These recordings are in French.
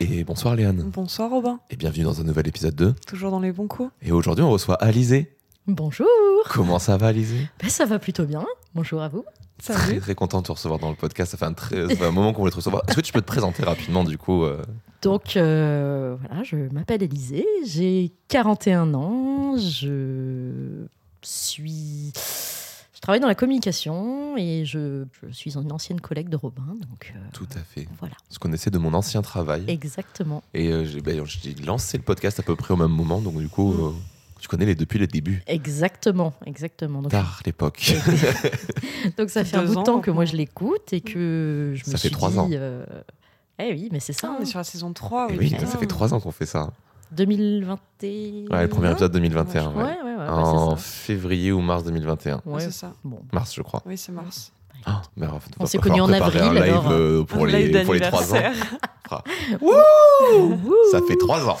Et bonsoir Léane. Bonsoir Robin, Et bienvenue dans un nouvel épisode 2. toujours dans les bons coups. Et aujourd'hui, on reçoit Alizé. Bonjour, Comment ça va, Alizé Ben, ça va plutôt bien. Bonjour à vous. Très, très content de te recevoir dans le podcast. Ça fait un, très, ça fait un moment qu'on voulait te recevoir. Est-ce que tu peux te présenter rapidement, du coup euh, Donc euh, voilà, je m'appelle Élisée, j'ai 41 ans, je suis... Je travaille dans la communication et je, je suis une ancienne collègue de Robin, donc euh, Tout à fait. voilà. Ce qu'on essaie de mon ancien travail. Exactement. Et euh, j'ai ben, j'ai lancé le podcast à peu près au même moment. Donc, du coup, euh, tu connais les depuis les débuts. Exactement, exactement. Donc, Tard, l'époque. donc ça fait un Deux bout de ans, temps que moi maintenant. je l'écoute et que je Ça me fait suis trois dit, ans. euh, eh oui, mais c'est ça. Ah, on hein. est sur la saison 3. Et Eh oui, putain. ça fait trois ans qu'on fait ça. 2021. Ouais, le premier épisode 2021. Ouais, ouais, ouais. ouais, ouais, en c'est ça. février ou mars 2021. Ouais, Ouais, c'est ça. Bon, Mars, je crois. Oui, c'est mars. Ah, mais alors, On va s'est falloir connus en préparer un avril, live, alors. euh, pour, Un les, live pour les trois ans. d'anniversaire. Ça fait trois ans.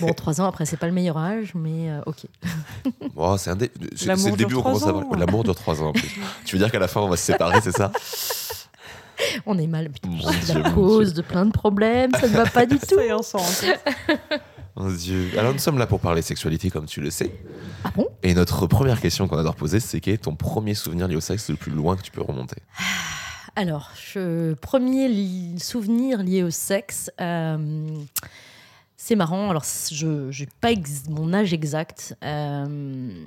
Bon, trois ans après, c'est pas le meilleur âge, mais euh, ok. Oh, c'est un dé- c'est- L'amour c'est le dure début où on trois commence à ans. avoir- L'amour dure trois ans en plus. tu veux dire qu'à la fin on va se séparer, c'est ça On est mal. Putain, Mon c'est Dieu, la mon cause de plein de problèmes, ça ne va pas du tout. Ça y est, on s'en rend compte. Mon Dieu. Alors nous sommes là pour parler sexualité comme tu le sais. Ah bon Et notre première question qu'on adore poser, c'est quel est ton premier souvenir lié au sexe le plus loin que tu peux remonter Alors, je- premier li- souvenir lié au sexe. euh, C'est marrant, alors c- je n'ai pas ex- mon âge exact, euh,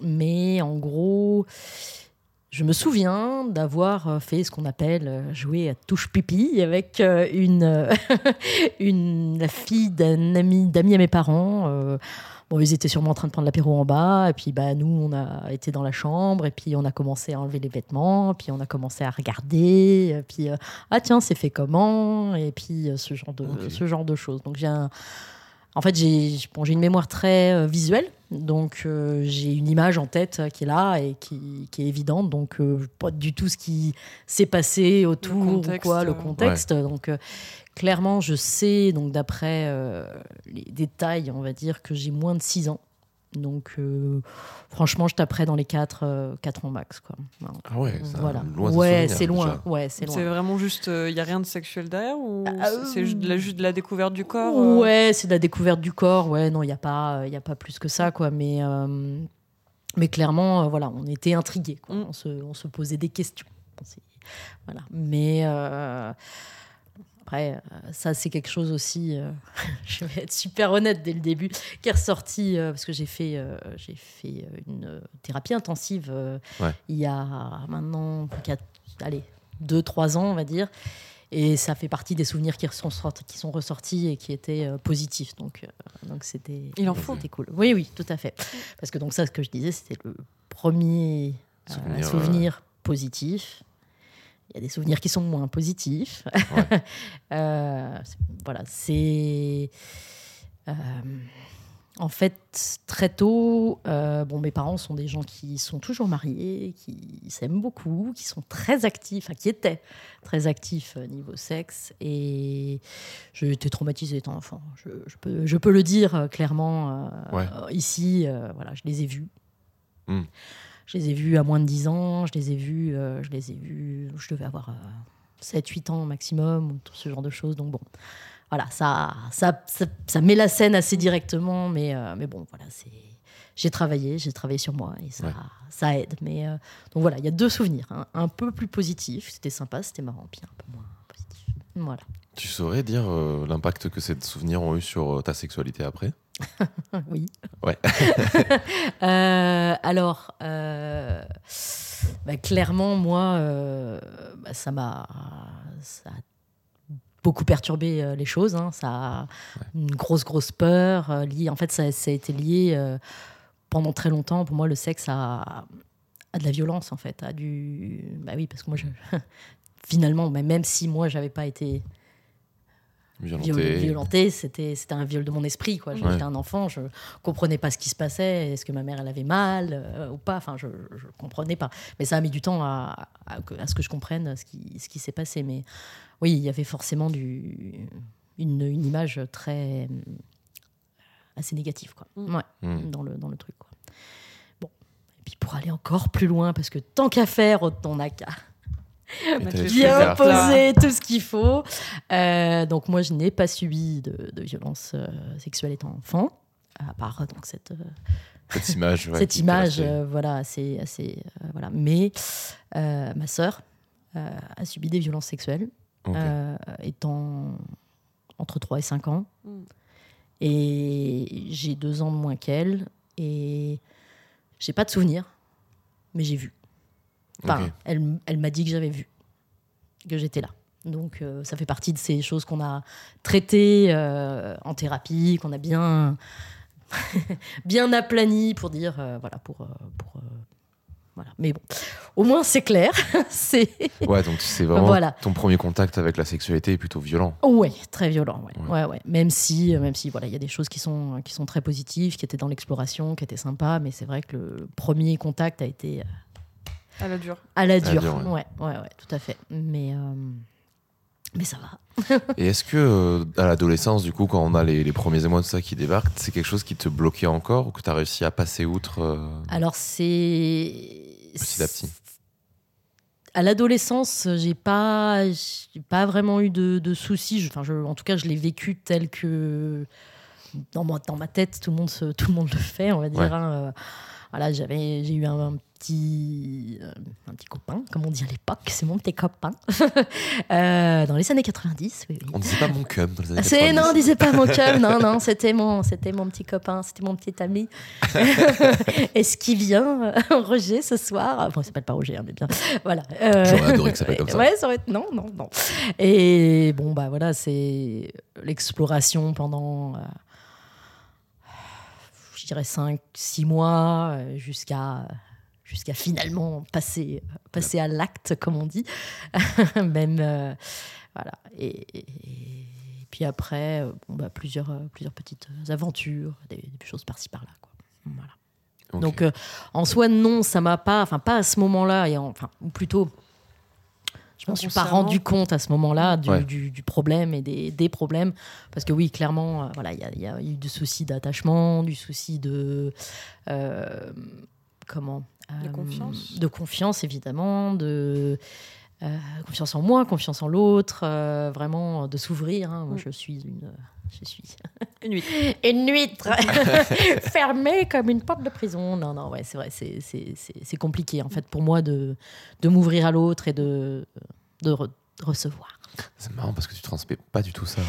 mais en gros, je me souviens d'avoir euh, fait ce qu'on appelle euh, jouer à touche pipi avec euh, une, euh, une, la fille d'un ami, d'amis à mes parents. euh, Bon, ils étaient sûrement en train de prendre l'apéro en bas, et puis bah, nous, on a été dans la chambre, et puis on a commencé à enlever les vêtements, puis on a commencé à regarder, et puis euh, ah tiens, c'est fait comment, et puis euh, ce genre de, Ok. ce genre de choses. Donc j'ai un- En fait, j'ai bon, j'ai une mémoire très euh, visuelle, donc euh, j'ai une image en tête euh, qui est là et qui, qui est évidente, donc euh, pas du tout ce qui s'est passé autour contexte, ou quoi, le euh. contexte. Donc euh, clairement, je sais, donc d'après euh, les détails, on va dire que j'ai moins de 6 ans. Donc, euh, franchement, je taperais dans les 4, ans max. Quoi. Voilà. Ah ouais, c'est un Voilà. loin ouais, souvenir, c'est loin. déjà. Ouais, c'est C'est loin. vraiment juste. Il n'y a rien de sexuel derrière ou Ah, c'est- c'est juste de, la, juste de la découverte du corps euh, Ouais, c'est de la découverte du corps. Ouais, non, il n'y a, pas- euh, y a pas plus que ça, quoi. Mais, euh, mais clairement, euh, voilà, on était intrigués. quoi. Mm. On, se, on se posait des questions. On s'est- Voilà. Mais euh, après, euh, ça, c'est quelque chose aussi, euh, je vais être super honnête dès le début, qui est ressorti, euh, parce que j'ai fait, euh, j'ai fait euh, une euh, thérapie intensive euh, Ouais. il y a maintenant, il y a, allez, deux, trois ans, on va dire. Et ça fait partie des souvenirs qui sont, sorti- qui sont ressortis et qui étaient euh, positifs. Donc, euh, donc c'était Il en c'était faut. cool. Oui, oui, tout à fait. Parce que donc ça, ce que je disais, c'était le premier euh, Souvenir, souvenir, euh, positif. Il y a des souvenirs qui sont moins positifs. Euh, c'est- voilà, c'est. euh, en fait, très tôt, euh, bon, mes parents sont des gens qui sont toujours mariés, qui s'aiment beaucoup, qui sont très actifs, enfin, qui étaient très actifs euh, niveau sexe. Et j'ai été traumatisée étant enfant. Je, je peux, je peux le dire euh, clairement euh, Ouais. euh, ici. euh, voilà, je les ai vus. Hmm. Je les ai vus à moins de 10 ans. Je les ai vus. euh, je les ai vus. Je devais avoir euh, 7-8 ans maximum, ou tout ce genre de choses. Donc bon, voilà, ça, ça, ça, ça met la scène assez directement. Mais, euh, mais bon, voilà, c'est. J'ai travaillé, j'ai travaillé sur moi et ça, Ouais. ça aide. Mais euh, donc voilà, il y a deux souvenirs, hein. un peu plus positif, c'était sympa, c'était marrant, puis un peu moins positif. Voilà. Tu saurais dire euh, l'impact que ces souvenirs ont eu sur euh, ta sexualité après oui. Ouais. Euh, alors, euh, bah, clairement, moi, euh, bah, ça m'a ça a beaucoup perturbé euh, les choses. hein. Ça a une grosse, grosse peur. euh, liée- en fait, ça, ça a été lié euh, pendant très longtemps. Pour moi, le sexe a, a de la violence, en fait. A du... Bah oui, parce que moi, je... finalement, mais même si moi, j'avais pas été Violenté. viol- violentée, c'était c'était un viol de mon esprit. quoi. J'étais Ouais. un enfant, je comprenais pas ce qui se passait. Est-ce que ma mère, elle avait mal euh, ou pas Enfin, je, je comprenais pas. Mais ça a mis du temps à, à, que- à ce que je comprenne ce qui, ce qui s'est passé. Mais oui, il y avait forcément du, une, une image très euh, assez négative, quoi. Mm. Ouais Hmm. dans le, dans le truc. Quoi. Bon, et puis pour aller encore plus loin, parce que tant qu'à faire, on n'a qu'à t'as les les cheveux Bien bien verts, là. poser tout ce qu'il faut. Euh, donc moi, je n'ai pas subi de, de violence euh, sexuelle étant enfant, à part euh, donc cette, euh, Cette image. ouais, cette qui t'est image, restée. euh, voilà, assez, assez, euh, voilà. Mais euh, ma sœur euh, a subi des violences sexuelles Ok. euh, étant entre 3 et 5 ans. Mm. Et j'ai deux ans de moins qu'elle. Et j'ai pas de souvenir, mais j'ai vu. Enfin, Ok. elle, elle m'a dit que j'avais vu, que j'étais là. Donc euh, ça fait partie de ces choses qu'on a traitées euh, en thérapie, qu'on a bien, bien aplanies pour dire, euh, voilà, pour... euh, pour euh, voilà. Mais bon, au moins c'est clair. c'est Ouais, donc c'est vraiment Voilà. ton premier contact avec la sexualité est plutôt violent. Ouais, très violent. Ouais, Ouais. ouais, ouais. Même si, euh, même si, voilà, il y a des choses qui sont qui sont très positives, qui étaient dans l'exploration, qui étaient sympas, mais c'est vrai que le premier contact a été euh, À la dure. à la la dure. dure, ouais. ouais. ouais, ouais, tout à fait. Mais euh, mais ça va. Et est-ce que euh, à l'adolescence, du coup, quand on a les, les premiers émois de ça qui débarquent, c'est quelque chose qui te bloquait encore ou que tu as réussi à passer outre euh, Alors c'est Petit à petit. À l'adolescence, j'ai pas, j'ai pas vraiment eu de, de soucis. Je- Enfin, je, en tout cas, je l'ai vécu tel que dans ma, dans ma tête, tout le monde, se- tout le monde le fait, on va dire. Ouais. hein. Euh, Voilà, j'avais, j'ai eu un, un petit, euh, un petit copain, comme on dit à l'époque. C'est mon petit copain Euh, dans les années 90. Oui, oui. On disait pas mon cum dans les années C'est 90. non, disais pas mon chum, non, non, c'était mon, c'était mon petit copain, c'était mon petit ami. Est-ce qu'il vient, euh, Roger, ce soir Bon, il s'appelle pas Roger, hein, mais bien. Voilà. euh, J'aurais adoré que ça s'appelle comme ouais, ça. Ouais, ça aurait été- Non, non, non. Et bon, bah voilà, c'est l'exploration pendant, euh, je dirais, 5, 6 mois, euh, jusqu'à jusqu'à finalement passer, passer à l'acte, comme on dit. Même. euh, voilà. Et, et- et puis après, euh, bon, bah, plusieurs, euh, plusieurs petites aventures, des, des choses par-ci par-là. quoi. Voilà. Ok. Donc euh, en soi, non, ça m'a pas, enfin pas à ce moment-là, et en- enfin ou plutôt, je m'en suis pas Inconsciemment. rendu compte à ce moment-là du, Ouais. du- du problème et des, des problèmes, parce que oui, clairement, euh, voilà, il y a- il y, a eu du souci d'attachement, du souci de euh, comment De euh, confiance. de confiance évidemment, de euh, confiance en moi, confiance en l'autre, euh, vraiment euh, de s'ouvrir. hein. Moi, Mm. je suis une, je suis Une nuit. une huître fermée comme une porte de prison. Non, non, ouais, c'est vrai, c'est- c'est c'est- c'est compliqué en fait pour moi de, de m'ouvrir à l'autre et de, de re- de recevoir. C'est marrant parce que tu transmets pas du tout ça.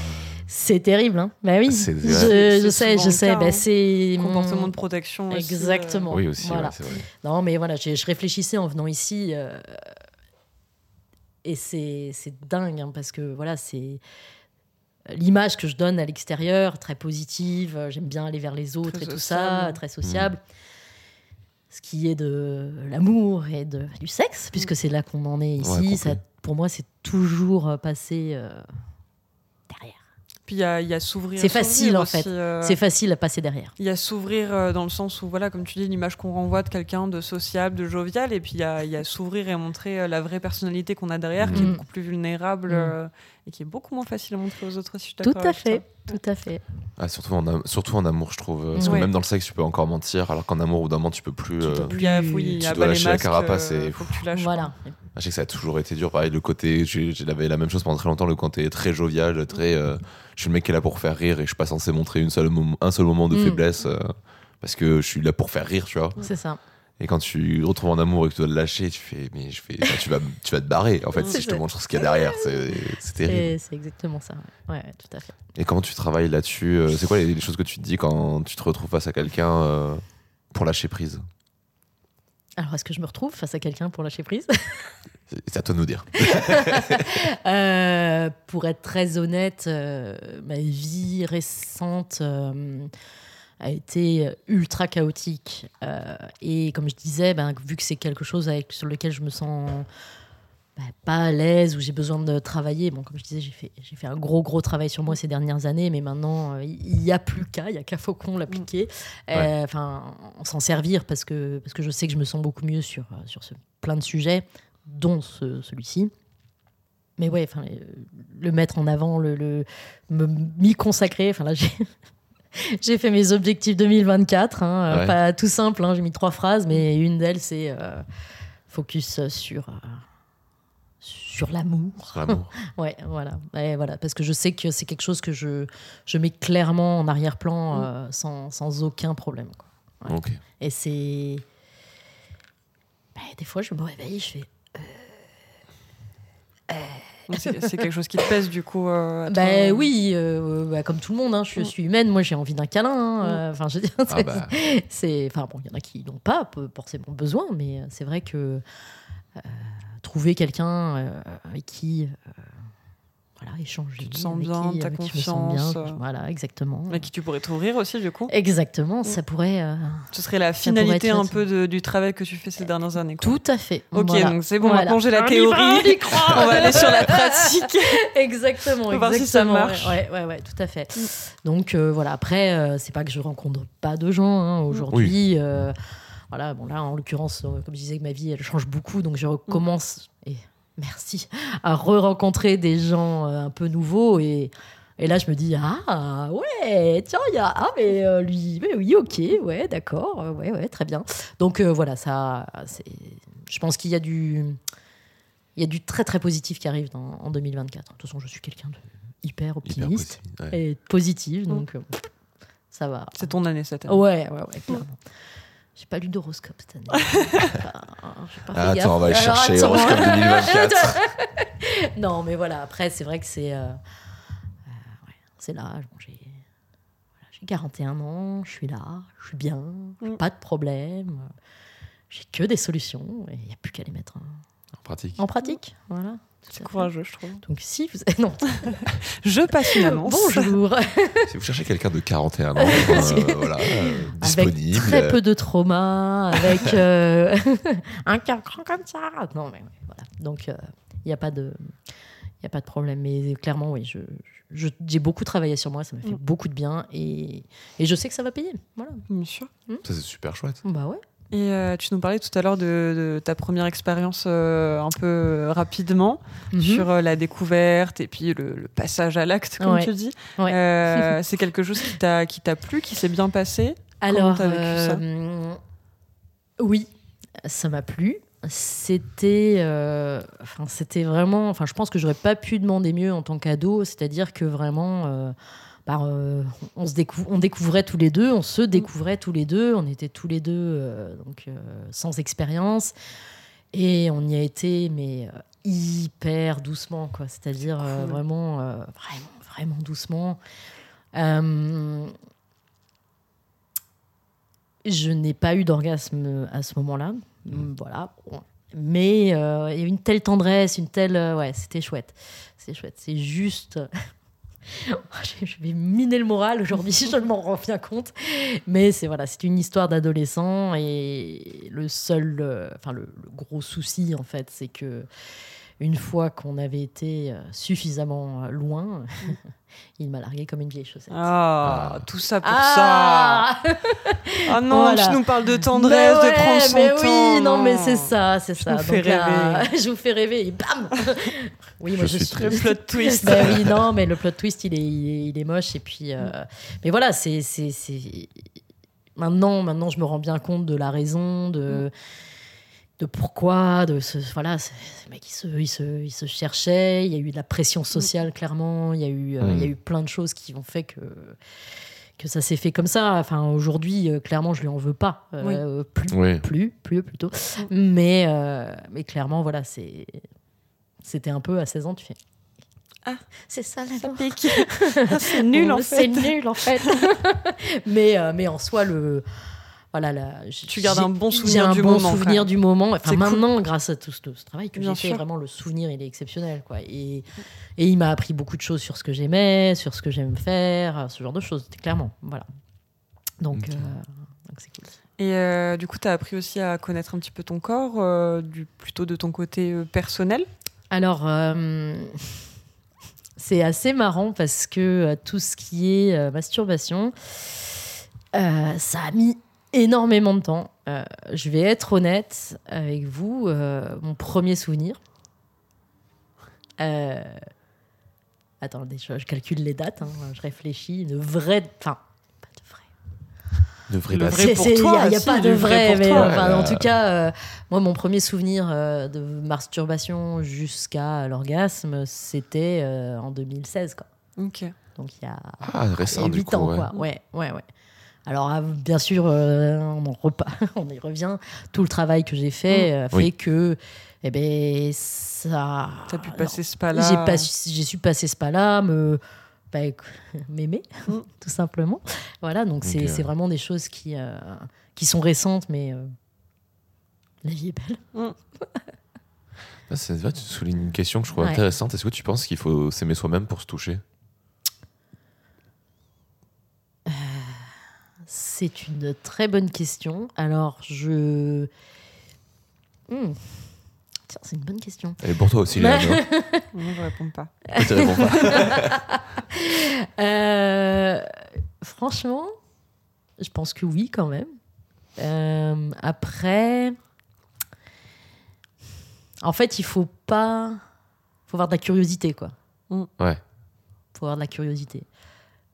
C'est terrible, hein Bah oui, C'est vrai. je, je C'est sais, souvent je le sais, cas, bah, hein. c'est mon- Comportement de protection. aussi, euh, Exactement. Oui, aussi, Voilà. ouais, c'est vrai. Non, mais voilà, j'ai- je réfléchissais en venant ici. euh, et c'est c'est dingue, hein, parce que voilà, c'est l'image que je donne à l'extérieur, très positive. euh, J'aime bien aller vers les autres et tout ça, sociable. très sociable. Ce qui est de l'amour et de, du sexe, Mm. puisque c'est là qu'on en est ici. complet. ça, pour moi, c'est toujours euh, passé euh, derrière. Puis il y a, il y a s'ouvrir. C'est s'ouvrir facile, en fait. aussi, euh, C'est facile à passer derrière. Il y a s'ouvrir euh, dans le sens où, voilà, comme tu dis, l'image qu'on renvoie de quelqu'un de sociable, de jovial, et puis il y a, il y a s'ouvrir et montrer euh, la vraie personnalité qu'on a derrière, qui est Mhm. beaucoup plus vulnérable Mhm. euh, et qui est beaucoup moins facile à montrer aux autres, si je suis Tout d'accord à avec fait, toi. tout à fait. Ah, surtout, en am- surtout en amour, je trouve. euh, Parce que Ouais. même dans le sexe, tu peux encore mentir, alors qu'en amour, au bout d'un moment, tu peux plus. euh, Il y a, faut, il y Tu a dois pas les lâcher la masques, carapace euh, et- faut que tu lâches. Voilà. Ah, Je sais que ça a toujours été dur. Pareil, le côté, j'ai- j'avais la même chose pendant très longtemps, le côté très jovial, très. euh, je suis le mec qui est là pour faire rire et je suis pas censé montrer une seule mom- un seul moment de Mm. faiblesse euh, parce que je suis là pour faire rire, tu vois. C'est ça. Et quand tu retrouves un amour et que tu dois le lâcher, tu fais, mais je fais, enfin, tu, vas, tu vas te barrer, en fait, C'est si je te ça. montre ce qu'il y a derrière. C'est c'est terrible. Et C'est exactement ça. Ouais, ouais, ouais, tout à fait. Et comment tu travailles là-dessus euh, C'est quoi les, les choses que tu te dis quand tu te retrouves face à quelqu'un euh, pour lâcher prise Alors, est-ce que je me retrouve face à quelqu'un pour lâcher prise C'est c'est à toi de nous dire. Euh, Pour être très honnête, euh, ma vie récente euh, a été ultra chaotique. Euh, et comme je disais, ben, vu que c'est quelque chose avec, sur lequel je me sens ben, pas à l'aise, où j'ai besoin de travailler, bon, comme je disais, j'ai fait, j'ai fait un gros, gros travail sur moi ces dernières années, mais maintenant, euh, il n'y a plus qu'à, il n'y a qu'à Faucon l'appliquer, Euh, enfin, en- s'en servir, parce que, parce que je sais que je me sens beaucoup mieux sur, euh, sur ce, plein de sujets, dont ce- celui-ci. Mais ouais, enfin, euh, le mettre en avant, le, le me- m'y consacrer. Enfin là, j'ai j'ai fait mes objectifs 2024. hein, euh, Ouais. Pas tout simple. hein, j'ai mis trois phrases, mais une d'elles c'est euh, focus sur euh, sur l'amour. L'amour. Ouais, voilà. Ouais, voilà, parce que je sais que c'est quelque chose que je je mets clairement en arrière-plan euh, sans, sans aucun problème. quoi. Ouais. Ok. Et c'est. Bah, des fois, je me réveille, je fais. Donc, C'est c'est quelque chose qui te pèse du coup. euh, à Ben toi. oui, euh, bah, comme tout le monde, hein, je, Mm. suis humaine, moi j'ai envie d'un câlin. hein, euh, Enfin, je veux dire, Ah bah, c'est. Enfin, bon, il y en a qui n'ont pas peu- forcément besoin, mais euh, c'est vrai que euh, trouver quelqu'un euh, avec qui. euh, voilà, échanger. Tu te sens avec bien, qui- t'as avec qui je me sens confiance, bien, euh. Voilà, exactement. Mais qui tu pourrais t'ouvrir aussi du coup. Exactement, ça pourrait. euh, Ce serait la pourrait finalité être un ça. peu de- du travail que tu fais ces dernières années. quoi. tout à fait. Ok, Voilà. donc c'est bon, Voilà. maintenant j'ai la On y théorie. va, on y croit. On va aller sur la pratique. Exactement, On va exactement. voir si ça marche. Mm. Ouais, ouais, ouais, ouais, tout à fait. Donc euh, voilà, après, euh, c'est pas que je rencontre pas de gens Mm. hein, aujourd'hui. euh, voilà, bon là, en l'occurrence, euh, comme je disais, que ma vie, elle change beaucoup, donc je Mm. recommence, et merci, à re-rencontrer des gens euh, un peu nouveaux et... Et là, je me dis, ah ouais, tiens, il y a, ah mais euh, lui, mais oui, ok, ouais, d'accord, euh, ouais, ouais, très bien. Donc euh, voilà, ça, c'est, je pense qu'il y a du, il y a du très très positif qui arrive dans- en 2024. De toute façon, je suis quelqu'un de hyper hyper optimiste possible, ouais. et positive, donc euh, ça va. C'est ton année cette année. Ouais, ouais, ouais, clairement. J'ai pas lu d'horoscope cette année. J'ai pas- j'ai pas fait Ah, Attends, on va aller gaffe. Alors, chercher attends. horoscope 2024. non, mais voilà, après, c'est vrai que c'est. euh, euh, ouais, c'est là, bon, j'ai voilà, j'ai 41 ans, je suis là, je suis bien, j'ai Mm. pas de problème, euh, j'ai que des solutions, et il n'y a plus qu'à les mettre en, En pratique. en pratique. Voilà. tout à C'est fait. courageux, je trouve. Donc, si vous. Non, Je passe une annonce. bonjour Si vous cherchez quelqu'un de 41 ans, euh, voilà, euh, Avec disponible. très peu de trauma, avec euh, un cœur grand comme ça. Non, mais ouais, voilà. Donc, il n'y a pas de. Il a pas de problème, mais clairement, oui, je- je- j'ai beaucoup travaillé sur moi, ça m'a fait Mm. beaucoup de bien et, et je sais que ça va payer. Voilà. Bien sûr. Ça, c'est super chouette. Bah ouais. Et euh, tu nous parlais tout à l'heure de, de ta première expérience euh, un peu euh, rapidement Mhm. sur euh, la découverte et puis le, le passage à l'acte, comme Ouais. tu dis. Ouais. Euh, c'est quelque chose qui t'a qui t'a plu, qui s'est bien passé. Alors, t'as vécu ça euh, oui, ça m'a plu. C'était, euh, enfin, c'était vraiment, enfin, je pense que j'aurais pas pu demander mieux en tant qu'ado. C'est-à-dire que vraiment, euh, bah, euh, on se décou- on découvrait tous les deux, on se découvrait tous les deux, on était tous les deux euh, donc euh, sans expérience et on y a été, mais euh, hyper doucement, quoi. C'est-à-dire euh, Cool. vraiment, euh, vraiment, vraiment doucement. Euh, je n'ai pas eu d'orgasme euh, à ce moment-là. Mmh. Mmh, Mm. Voilà. Mais euh, il y a eu une telle tendresse, une telle. euh, ouais, c'était chouette. C'est chouette. C'est juste. Je- je vais miner le moral aujourd'hui, je ne m'en rends bien compte. Mais c'est voilà, c'est une histoire d'adolescent et le seul, euh, enfin le, le gros souci en fait, c'est que une fois qu'on avait été euh, suffisamment euh, loin, il m'a largué comme une vieille chaussette. Mmh. Ah, Ah. tout ça pour Ah ça. Ah non, Voilà. tu nous parles de tendresse, Mais de ouais, prendre son mais temps. Oui, non, mais c'est ça, c'est ça. vous fais là, je vous fais rêver. Et bam Oui, moi Je je, suis suis. Le plot twist. Ben oui, non, mais le plot twist, il est, il est, il est moche. Et puis, euh, Mm. mais voilà, c'est, c'est, c'est- Maintenant, maintenant, je me rends bien compte de la raison, de, de pourquoi, de ce, voilà, ce, ce mec, il se, il, se, il se cherchait. Mm. Il y a eu de la pression sociale, clairement. Il y a eu, euh, Mm. il y a eu plein de choses qui ont fait que que ça s'est fait comme ça. Enfin, aujourd'hui, euh, clairement, je lui en veux pas. Euh, Plus, Oui. plus, plus plutôt. Mais, euh, mais clairement, voilà, c'est. C'était un peu à 16 ans, tu fais. Ah. c'est ça la Ça loi. pique. Ah, c'est nul en Oh, fait. C'est nul en fait. mais, euh, mais en soi, le. Voilà, la- j- Tu gardes un j'ai- bon j'ai souvenir un du bon moment, souvenir quand du moment. Enfin, C'est cool. maintenant, grâce à tout ce, ce travail que Bien j'ai fait, sûr. vraiment, le souvenir, il est exceptionnel. Quoi. Et, et il m'a appris beaucoup de choses sur ce que j'aimais, sur ce que j'aime faire, ce genre de choses, clairement. Voilà. Donc, Ok. euh, donc c'est cool. Et euh, du coup, tu as appris aussi à connaître un petit peu ton corps, euh, du, plutôt de ton côté euh, personnel. Alors, euh, c'est assez marrant parce que euh, tout ce qui est euh, masturbation, euh, ça a mis énormément de temps. Euh, je vais être honnête avec vous, euh, mon premier souvenir. Euh, attendez, je, je calcule les dates, hein, je réfléchis. Une vraie. Enfin, pas de vraie. De vrai Le base. vrai pour Il n'y toi, a, y a si, pas du de vrai vrai, pour mais toi. enfin, en Ouais. tout cas, euh, moi, mon premier souvenir euh, de masturbation jusqu'à l'orgasme, c'était euh, en 2016, quoi. Ok. Donc il y a Ah, récent, du 8 coup. ans, ouais. quoi. Ouais, ouais, ouais. Alors, ah, bien sûr, euh, on, en repas, on y revient. Tout le travail que j'ai fait euh, fait Mmh. Oui. que, eh ben, ça. Tu as pu passer ce pas-là. Ah, J'ai, pas su- j'ai su passer ce pas-là, me bah, éc- m'aimer, Mm. tout simplement. Voilà, donc c'est, Ok, c'est ouais. vraiment des choses qui, euh, qui sont récentes, mais euh, la vie est belle. Ah, c'est vrai, tu soulignes une question que je trouve Ouais. intéressante. Est-ce que tu penses qu'il faut s'aimer soi-même pour se toucher C'est une très bonne question. Alors, je. Hmm. Tiens, c'est une bonne question. Elle est pour toi aussi, Léa. non Non, je réponds pas. Pourquoi tu réponds pas Euh, franchement, je pense que oui, quand même. Euh, après, en fait, il faut pas. faut avoir de la curiosité, quoi. Mm. Ouais. faut avoir de la curiosité.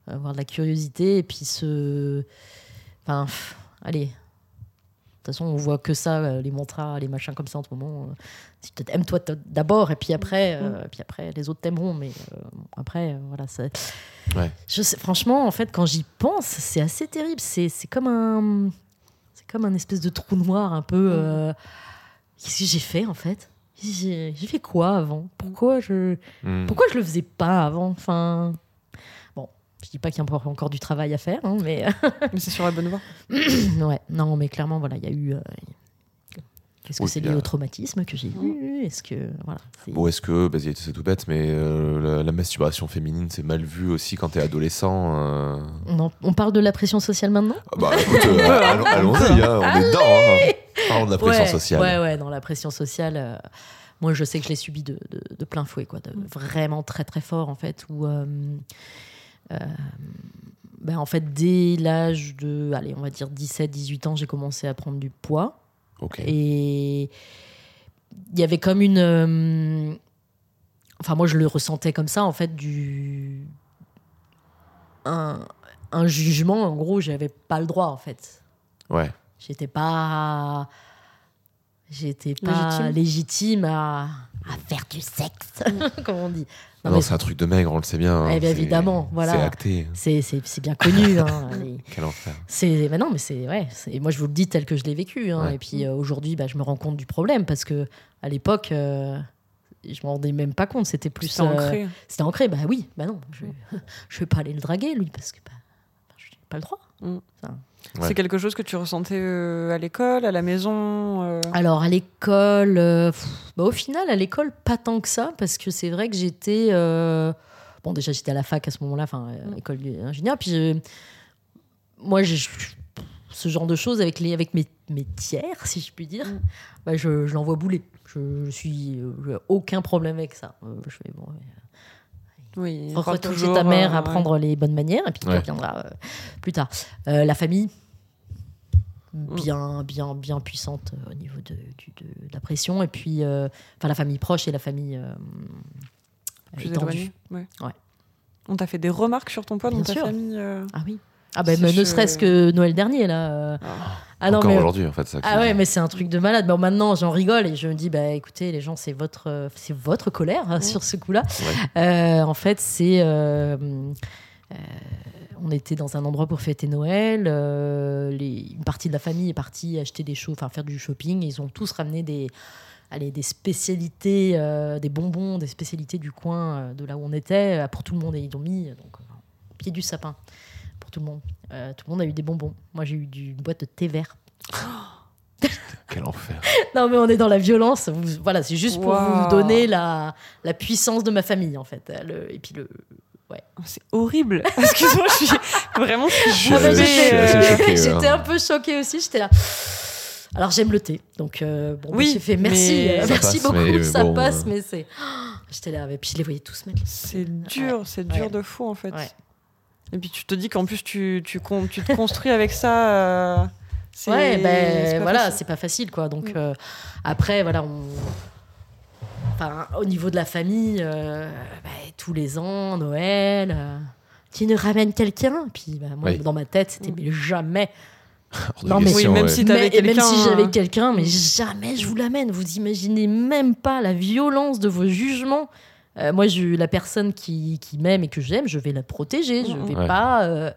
Avoir de la curiosité et puis se. Enfin, pff, allez. De toute façon, on voit que ça, euh, les mantras, les machins comme ça en ce moment. euh, Si tu aimes toi t- d'abord, et puis après, euh, puis après, les autres t'aimeront. Mais euh, bon, après, euh, voilà, ça, je sais- franchement, en fait, quand j'y pense, c'est assez terrible. C'est c'est comme un, c'est comme un espèce de trou noir un peu. Mhm. euh, Qu'est-ce que j'ai fait en fait J'ai j'ai fait quoi avant Pourquoi je, Hmm. pourquoi je le faisais pas avant Enfin, bon, je dis pas qu'il y a encore- encore du travail à faire, hein, mais Mais c'est sur la bonne voie. ouais, non, mais clairement, voilà, il y a eu. euh, Qu'est-ce que Oui, c'est il y lié a- au traumatisme que j'ai eu Est-ce que voilà c'est- Bon, est-ce que, bah, c'est c'est tout bête, mais euh, la, la masturbation féminine, c'est mal vu aussi quand t'es adolescent euh. on, en- on parle de la pression sociale maintenant Ah Bah écoute, euh, allons- allons-y, hein, on est dedans. hein. Parlons de la pression ouais, sociale. Ouais, ouais, dans la pression sociale, euh, moi je sais que je l'ai subi de, de- de plein fouet, quoi, de vraiment très très fort en fait, où euh, euh, ben, en fait dès l'âge de, allez, on va dire 17-18 ans, j'ai commencé à prendre du poids. Ok. Et il y avait comme une. euh, enfin, moi, je le ressentais comme ça, en fait, du. Un, un jugement, en gros, j'avais pas le droit, en fait. Ouais. J'étais pas. J'étais pas Légitime. légitime, à, à faire du sexe, Mm. comme on dit. Ah Non, non, mais c'est un truc de maigre, on le sait bien. hein, Eh bien, c'est- évidemment, voilà. C'est acté. c'est- c'est c'est bien connu. hein, les- Quel enfer. C'est mais non, mais c'est ouais. c'est- et moi, je vous le dis tel que je l'ai vécu. hein. Ouais. Et puis euh, aujourd'hui, bah, je me rends compte du problème parce que à l'époque, euh, je me rendais même pas compte. C'était plus Plus ancré. Mm. euh, C'était ancré. Bah oui, bah non, je je vais pas aller le draguer lui parce que bah, je n'ai pas le droit. Ouais. C'est quelque chose que tu ressentais euh, à l'école, à la maison. euh, Alors à l'école, euh, pff, bah, au final, à l'école, pas tant que ça parce que c'est vrai que j'étais euh, bon déjà j'étais à la fac à ce moment-là, enfin euh, Mm. école d'ingénieur. Puis je- moi, j'ai ce genre de choses avec les avec mes, mes tiers, si je puis dire. Mm. bah, je, je l'envoie bouler. Je, je suis euh, j'ai aucun problème avec ça. Euh, je fais bon. ouais. Oui. on parle Retourne chez toujours, ta mère, euh, apprendre les bonnes manières, et puis tu Ouais. reviendras euh, plus tard. Euh, la famille, Mm. bien, bien, bien puissante euh, au niveau de, du- de- de la pression, et puis, euh, enfin, la famille proche et la famille euh, ouais, plus étendue. éloigné. Ouais. Ouais. On t'a fait des remarques sur ton poids dans Bien ta sûr. famille. euh, Ah oui. Ah ben, Si ne je- serait-ce que Noël dernier là. euh. Ah. Ah non Encore mais. aujourd'hui, en fait. Ça, Ah ouais, mais c'est un truc de malade. Bon, maintenant, j'en rigole et je me dis, bah écoutez, les gens, c'est votre, euh, c'est votre colère hein, Ouais. sur ce coup-là. Ouais. Euh, en fait, c'est. euh, euh, on était dans un endroit pour fêter Noël. euh, les- une partie de la famille est partie acheter des choses, enfin faire du shopping. Ils ont tous ramené des, allez, des spécialités, euh, des bonbons, des spécialités du coin euh, de là où on était euh, pour tout le monde. Et ils ont mis euh, donc, euh, au pied du sapin pour tout le monde. Euh, tout le monde a eu des bonbons. Moi, j'ai eu du- une boîte de thé vert. Quel enfer. Non, mais on est dans la violence. Vous- voilà, c'est juste pour vous Waouh. donner la, la puissance de ma famille, en fait. Euh, le- et puis le. Oh, C'est horrible. Excuse-moi, je suis vraiment. Je suis Je- Ouais, je désolée, suis euh, assez choqué, hein. ouais. J'étais un peu choquée aussi. J'étais là. Alors j'aime le thé, donc euh, bon, Oui, oui, j'ai fait merci, mais- euh, Ça merci passe, beaucoup, mais ça bon, passe, euh. mais c'est. J'étais là, et puis je les voyais tous mettre. C'est dur, c'est dur Ouais. de fou en fait. Ouais. Et puis tu te dis qu'en plus tu, tu, con- tu te construis avec ça. euh, c'est- Ouais, ben c'est pas voilà, facile. c'est pas facile quoi. Donc Mm. euh, après, voilà, on. Enfin, au niveau de la famille, euh, ben, tous les ans, Noël, euh, tu nous ramènes quelqu'un. Puis ben, moi, Oui. dans ma tête, c'était Mm. mais jamais. Hors de Non, mais- question, Oui, même ouais. si t'avais Mais- et même si quelqu'un, j'avais hein. quelqu'un, mais jamais je vous l'amène. Vous imaginez même pas la violence de vos jugements. Euh, moi, je, la personne qui, qui m'aime et que j'aime, je vais la protéger. Je Mhm. vais Ouais. pas, euh,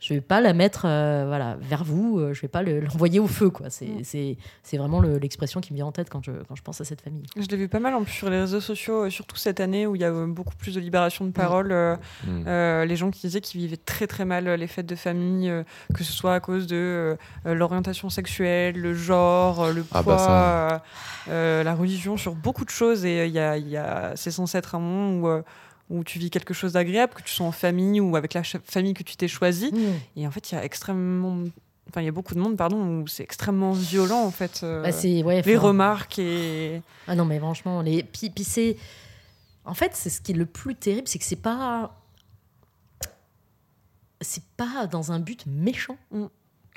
je vais pas la mettre, euh, voilà, vers vous. Euh, Je vais pas le- l'envoyer au feu, quoi. C'est, Mhm. c'est, c'est vraiment le- l'expression qui me vient en tête quand je, quand je pense à cette famille. Je l'ai vu pas mal en plus sur les réseaux sociaux, euh, surtout cette année où il y a euh, beaucoup plus de libération de parole. euh, Mm. euh, les gens qui disaient qu'ils vivaient très très mal euh, les fêtes de famille, euh, que ce soit à cause de euh, l'orientation sexuelle, le genre, euh, le Ah poids, bah euh, euh, la religion, sur beaucoup de choses. Et euh, il y a- il y a- c'est censé être un moment où, euh, où tu vis quelque chose d'agréable, que tu sois en famille ou avec la cha- famille que tu t'es choisie. Et en fait, il y a extrêmement. Enfin, il y a beaucoup de monde, pardon, où c'est extrêmement violent, en fait. euh, Bah, c'est, ouais, les enfin, remarques et. Ah non, mais franchement, les... puis, puis c'est. En fait, c'est ce qui est le plus terrible, c'est que c'est pas. C'est pas dans un but méchant.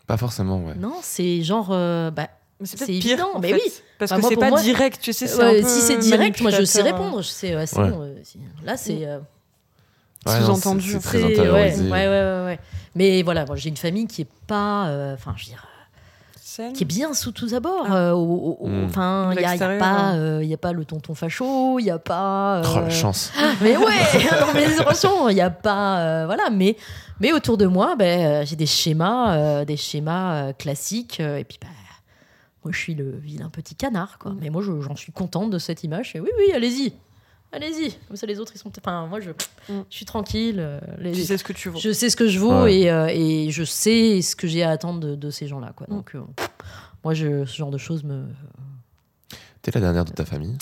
Pas forcément, ouais. Non, c'est genre. euh, bah, Mais C'est peut-être pire, évident, en mais fait, oui. Parce Bah, que moi, c'est pour pas moi, direct, tu sais. c'est un ouais, peu si c'est direct, moi je sais manipulateur. répondre. Je sais, ouais, c'est Ouais. bon, euh, c'est- là, c'est. euh, Ouais, non, Sous-entendu, c'est- en C'est très c'est- ouais, intériorisé. Ouais, ouais, ouais, ouais. Mais voilà, moi, j'ai une famille qui est pas. euh, Enfin, je veux dire, Scène. qui est bien sous tous abords. Ah. euh, au- au- au- Mm. Enfin, il n'y a, L'extérieur, pas, hein. euh, y a pas le tonton facho, il n'y a pas. Oh, la euh, chance. Mais ouais, non, mais franchement, il n'y a pas. euh, voilà, mais, mais autour de moi, ben, euh, j'ai des schémas, euh, des schémas euh, classiques. euh, et puis, bah, moi, je suis le vilain petit canard, quoi. Mais moi, je- j'en suis contente de cette image. Et oui, oui, allez-y. Allez-y. Comme ça, les autres, ils sont. Enfin, moi, je, Mm. je suis tranquille. euh, les- Tu sais ce que tu vaux. je sais ce que je vaux Ouais. et, euh, et je sais ce que j'ai à attendre de, de ces gens-là, quoi. Mm. Donc, euh, moi, je, ce genre de choses me. T'es la dernière de ta famille.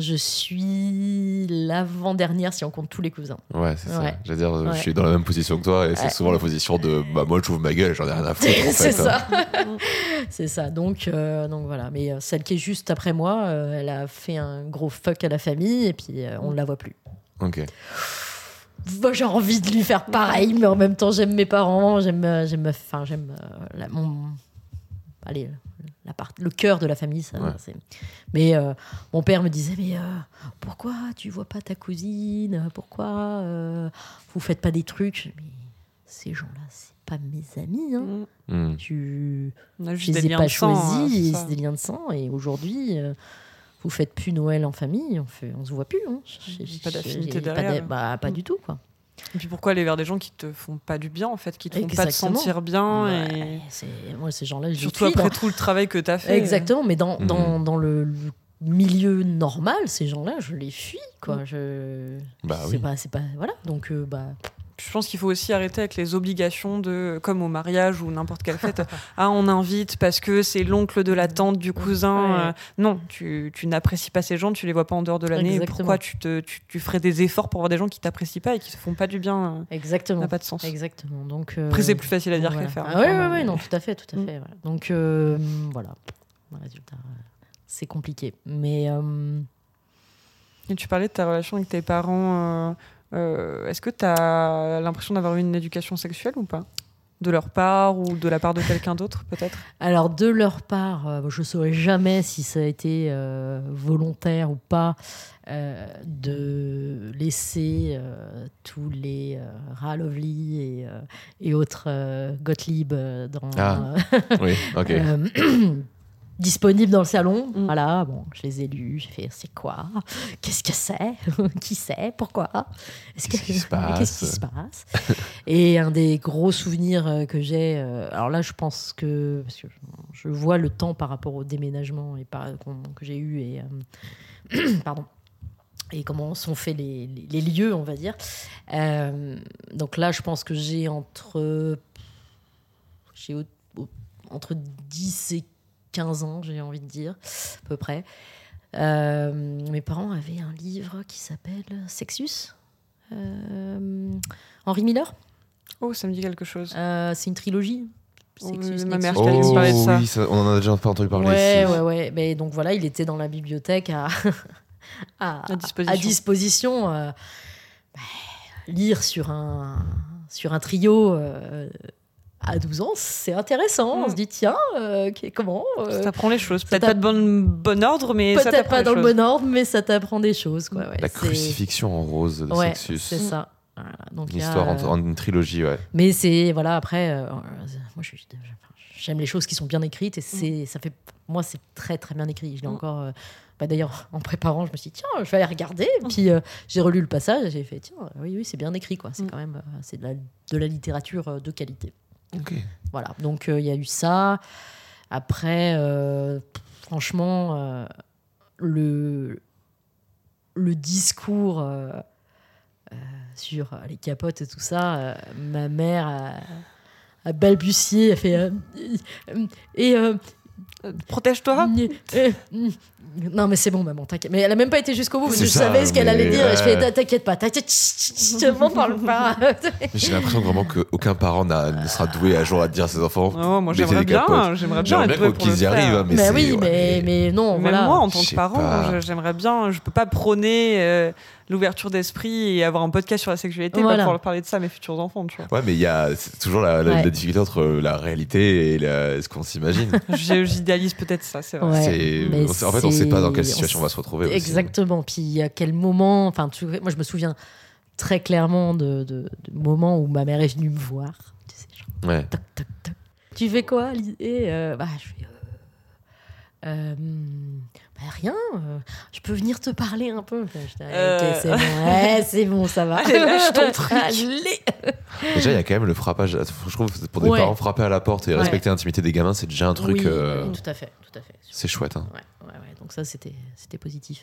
Je suis l'avant-dernière si on compte tous les cousins. Ouais, c'est Ouais. ça. J'allais dire, euh, Ouais. je suis dans la même position que toi, et c'est Ouais. souvent la position de bah, moi, je ouvre ma gueule, j'en ai rien à foutre. en fait, c'est hein. ça. c'est ça. Donc, euh, donc voilà. Mais euh, celle qui est juste après moi, euh, elle a fait un gros fuck à la famille et puis euh, on ne la voit plus. Ok. Moi, j'ai envie de lui faire pareil, mais en même temps, j'aime mes parents, j'aime, euh, j'aime, ma- enfin, j'aime euh, la- mon, allez, la part, le cœur de la famille, ça. Ouais. c'est- Mais euh, mon père me disait, mais euh, pourquoi tu vois pas ta cousine Pourquoi euh, vous faites pas des trucs Mais ces gens-là, c'est pas mes amis. Hein. Mm. Hmm. Tu, On a je juste les des ai liens pas de sang, hein, choisis, c'est et ça. c'est des liens de sang. Et aujourd'hui, euh, vous faites plus Noël en famille, on, fait, on se voit plus. hein. J'ai- j'ai- Pas d'affinité j'ai pas derrière. d'a- bah, pas Mm. du tout, quoi. Et puis pourquoi aller vers des gens qui te font pas du bien en fait, qui te font pas te Exactement. sentir bien Ouais, c'est- Moi, ces gens-là, et je les surtout fuis, après dans- tout le travail que t'as fait. Exactement, mais dans, Mhm. dans, dans le le milieu normal, ces gens-là, je les fuis, Mm. quoi. Je... Bah c'est oui. pas, c'est pas... Voilà, donc, euh, bah... Je pense qu'il faut aussi arrêter avec les obligations de, comme au mariage ou n'importe quelle fête, ah on invite parce que c'est l'oncle de la tante du cousin. Ouais. euh, non, tu, tu n'apprécies pas ces gens, tu les vois pas en dehors de l'année. et Exactement. Pourquoi tu, te, tu, tu ferais des efforts pour voir des gens qui t'apprécient pas et qui te font pas du bien euh, Ça Exactement. n'a pas de sens. Exactement, donc... Après c'est euh, plus facile à dire voilà. qu'à faire. hein, Ah, ouais, enfin, ouais, ouais, mais- non, tout à fait, tout à Mm. fait. voilà. Donc, euh, voilà. Le Résultat, euh, c'est compliqué. Mais... euh, Et tu parlais de ta relation avec tes parents. euh, euh, Est-ce que tu as l'impression d'avoir eu une éducation sexuelle ou pas De leur part ou de la part de quelqu'un d'autre, peut-être Alors, de leur part, euh, je ne saurais jamais si ça a été euh, volontaire ou pas euh, de laisser euh, tous les euh, Ralovli et, euh, et autres euh, Gottlieb euh, dans, Ah, euh, oui, ok. euh, disponibles dans le salon. Mm. Voilà, bon, je les ai lus, j'ai fait c'est quoi Qu'est-ce que c'est Qui c'est Pourquoi Est-ce Qu'est-ce qui se passe Qu'est-ce qui se passe Et un des gros souvenirs euh, que j'ai, euh, alors là, je pense que, parce que je vois le temps par rapport au déménagement et par, qu'on- que j'ai eu et euh, pardon et comment sont faits les, les- les lieux, on va dire. Euh, donc là, je pense que j'ai entre j'ai au- au- entre 10 et 15 ans, j'ai envie de dire, à peu près. Euh, mes parents avaient un livre qui s'appelle Sexus, euh, Henri Miller. Oh, ça me dit quelque chose. Euh, c'est une trilogie. Oh, Sexus, ma Nexus, mère qui a Nexus. nous parler de ça. Oh oui, ça- on en a déjà entendu parler. Ouais, si. ouais, ouais. Mais donc voilà, il était dans la bibliothèque à, à, À disposition. à disposition, euh, bah, lire sur un, sur un trio euh, à 12 ans, c'est intéressant. Mm. On se dit, tiens, euh, qu'est- comment euh, Ça t'apprend les choses. Peut-être t'a- pas de bon, bon ordre, mais ça Peut-être t'apprend pas les dans le choses. bon ordre, mais ça t'apprend des choses. Quoi, ouais. La C'est- crucifixion en rose de Ouais, c'est Sexus. ça. Voilà. Donc, Une il y a, histoire euh, en, en une trilogie, ouais. Mais c'est voilà après, euh, euh, moi je suis- j'aime les choses qui sont bien écrites et c'est ça fait moi c'est très très bien écrit. Je l'ai Mm. encore. euh, bah, D'ailleurs en préparant je me suis dit tiens je vais aller regarder puis euh, j'ai relu le passage et j'ai fait tiens oui oui c'est bien écrit quoi. C'est Mm. quand même euh, c'est de la, de la littérature euh, de qualité. Ok. Voilà donc euh, il y a eu ça. Après euh, franchement euh, le le discours. euh, euh, sur euh, les capotes et tout ça, euh, ma mère a, a balbutié, a fait euh, euh, et euh, Euh, Protège-toi. euh, euh, non mais c'est bon maman, t'inquiète. Mais elle a même pas été jusqu'au bout, parce que je C'est ça, savais ce qu'elle mais allait dire. et Je ouais. fais t'inquiète pas, t'inquiète, chut, chut, chut, je m'en parle pas. J'ai l'impression vraiment qu'aucun parent n'a- ne sera doué un jour à dire à ses enfants. Oh, moi Mettez j'aimerais des capotes. bien. J'aimerais bien J'aimerais être douée bien pour le qu'ils y faire. arrivent, hein, mais mais c'est- Bah Ben oui, ouais, mais, mais non, Même voilà. moi, en tant Je que sais parent, pas. je- j'aimerais bien. Je peux pas prôner euh, l'ouverture d'esprit et avoir un podcast sur la sexualité Voilà. pour parler de ça à mes futurs enfants, tu vois. Ouais, mais il y a c'est toujours la, la- Ouais. la difficulté entre euh, la réalité et la- ce qu'on s'imagine. J'ai- J'idéalise peut-être ça, c'est vrai. Ouais, C'est- mais on sait- en fait, on sait pas dans quelle c'est- situation on, va se retrouver. aussi. Exactement. Puis à quel moment, enfin, tu- moi je me souviens très clairement de, de, de moments où ma mère est venue me voir. Tu sais, genre, Ouais. toc, toc, toc. Tu fais quoi Lise Et euh, bah, je fais. euh, euh, bah, rien, euh, je peux venir te parler un peu. Enfin, j'étais, ah, Euh. Ok, c'est bon, ouais, c'est bon, ça va. Allez, lâche ton truc. Allez. Déjà, il y a quand même le frappage. Je trouve que pour des Ouais. parents, frapper à la porte et Ouais. respecter l'intimité des gamins, c'est déjà un truc. Oui, euh, oui, tout à fait, tout à fait. C'est chouette. Hein. Ouais, ouais, ouais. Donc ça, c'était, c'était positif.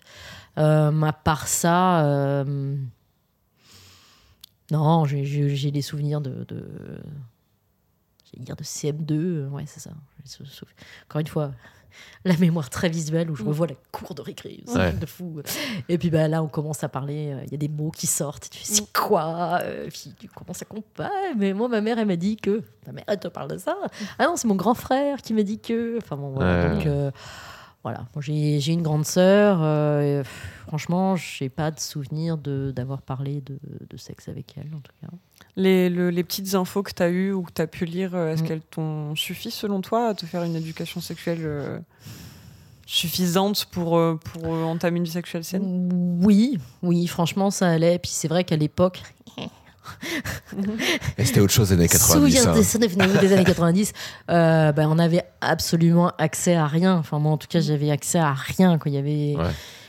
Euh, à part ça, euh, non, j'ai, j'ai, j'ai des souvenirs de, de, j'allais dire de CM2. euh, Ouais, c'est ça. J'ai ce sou- Encore une fois, la mémoire très visuelle où je Mm. revois la cour de récré, c'est un Ouais. truc de fou. Et puis bah, là, on commence à parler. euh, Il y a des mots qui sortent. Tu fais, c'est quoi Euh, Puis tu commences à comprendre. Mais moi, ma mère, elle m'a dit que. Ta mère, elle te parle de ça Ah non, c'est mon grand frère qui m'a dit que. Enfin bon, voilà. Ouais. Donc, euh, voilà. Moi, j'ai j'ai une grande sœur. euh, et, pff, franchement, je n'ai pas de souvenir de- d'avoir parlé de, de sexe avec elle, en tout cas. Les, le- les petites infos que tu as eues ou que tu as pu lire, euh, est-ce Mm. qu'elles t'ont suffi selon toi à te faire une éducation sexuelle euh, suffisante pour, euh, pour euh, entamer une vie sexuelle Mm. saine Oui, oui, franchement, ça allait. Puis c'est vrai qu'à l'époque, Et Eh, c'était autre chose des années 90. hein. Souviens-toi, ça devenait des années 90. euh, ben, on avait absolument accès à rien. Enfin, moi, en tout cas, j'avais accès à rien. Quoi. Il y avait, Ouais.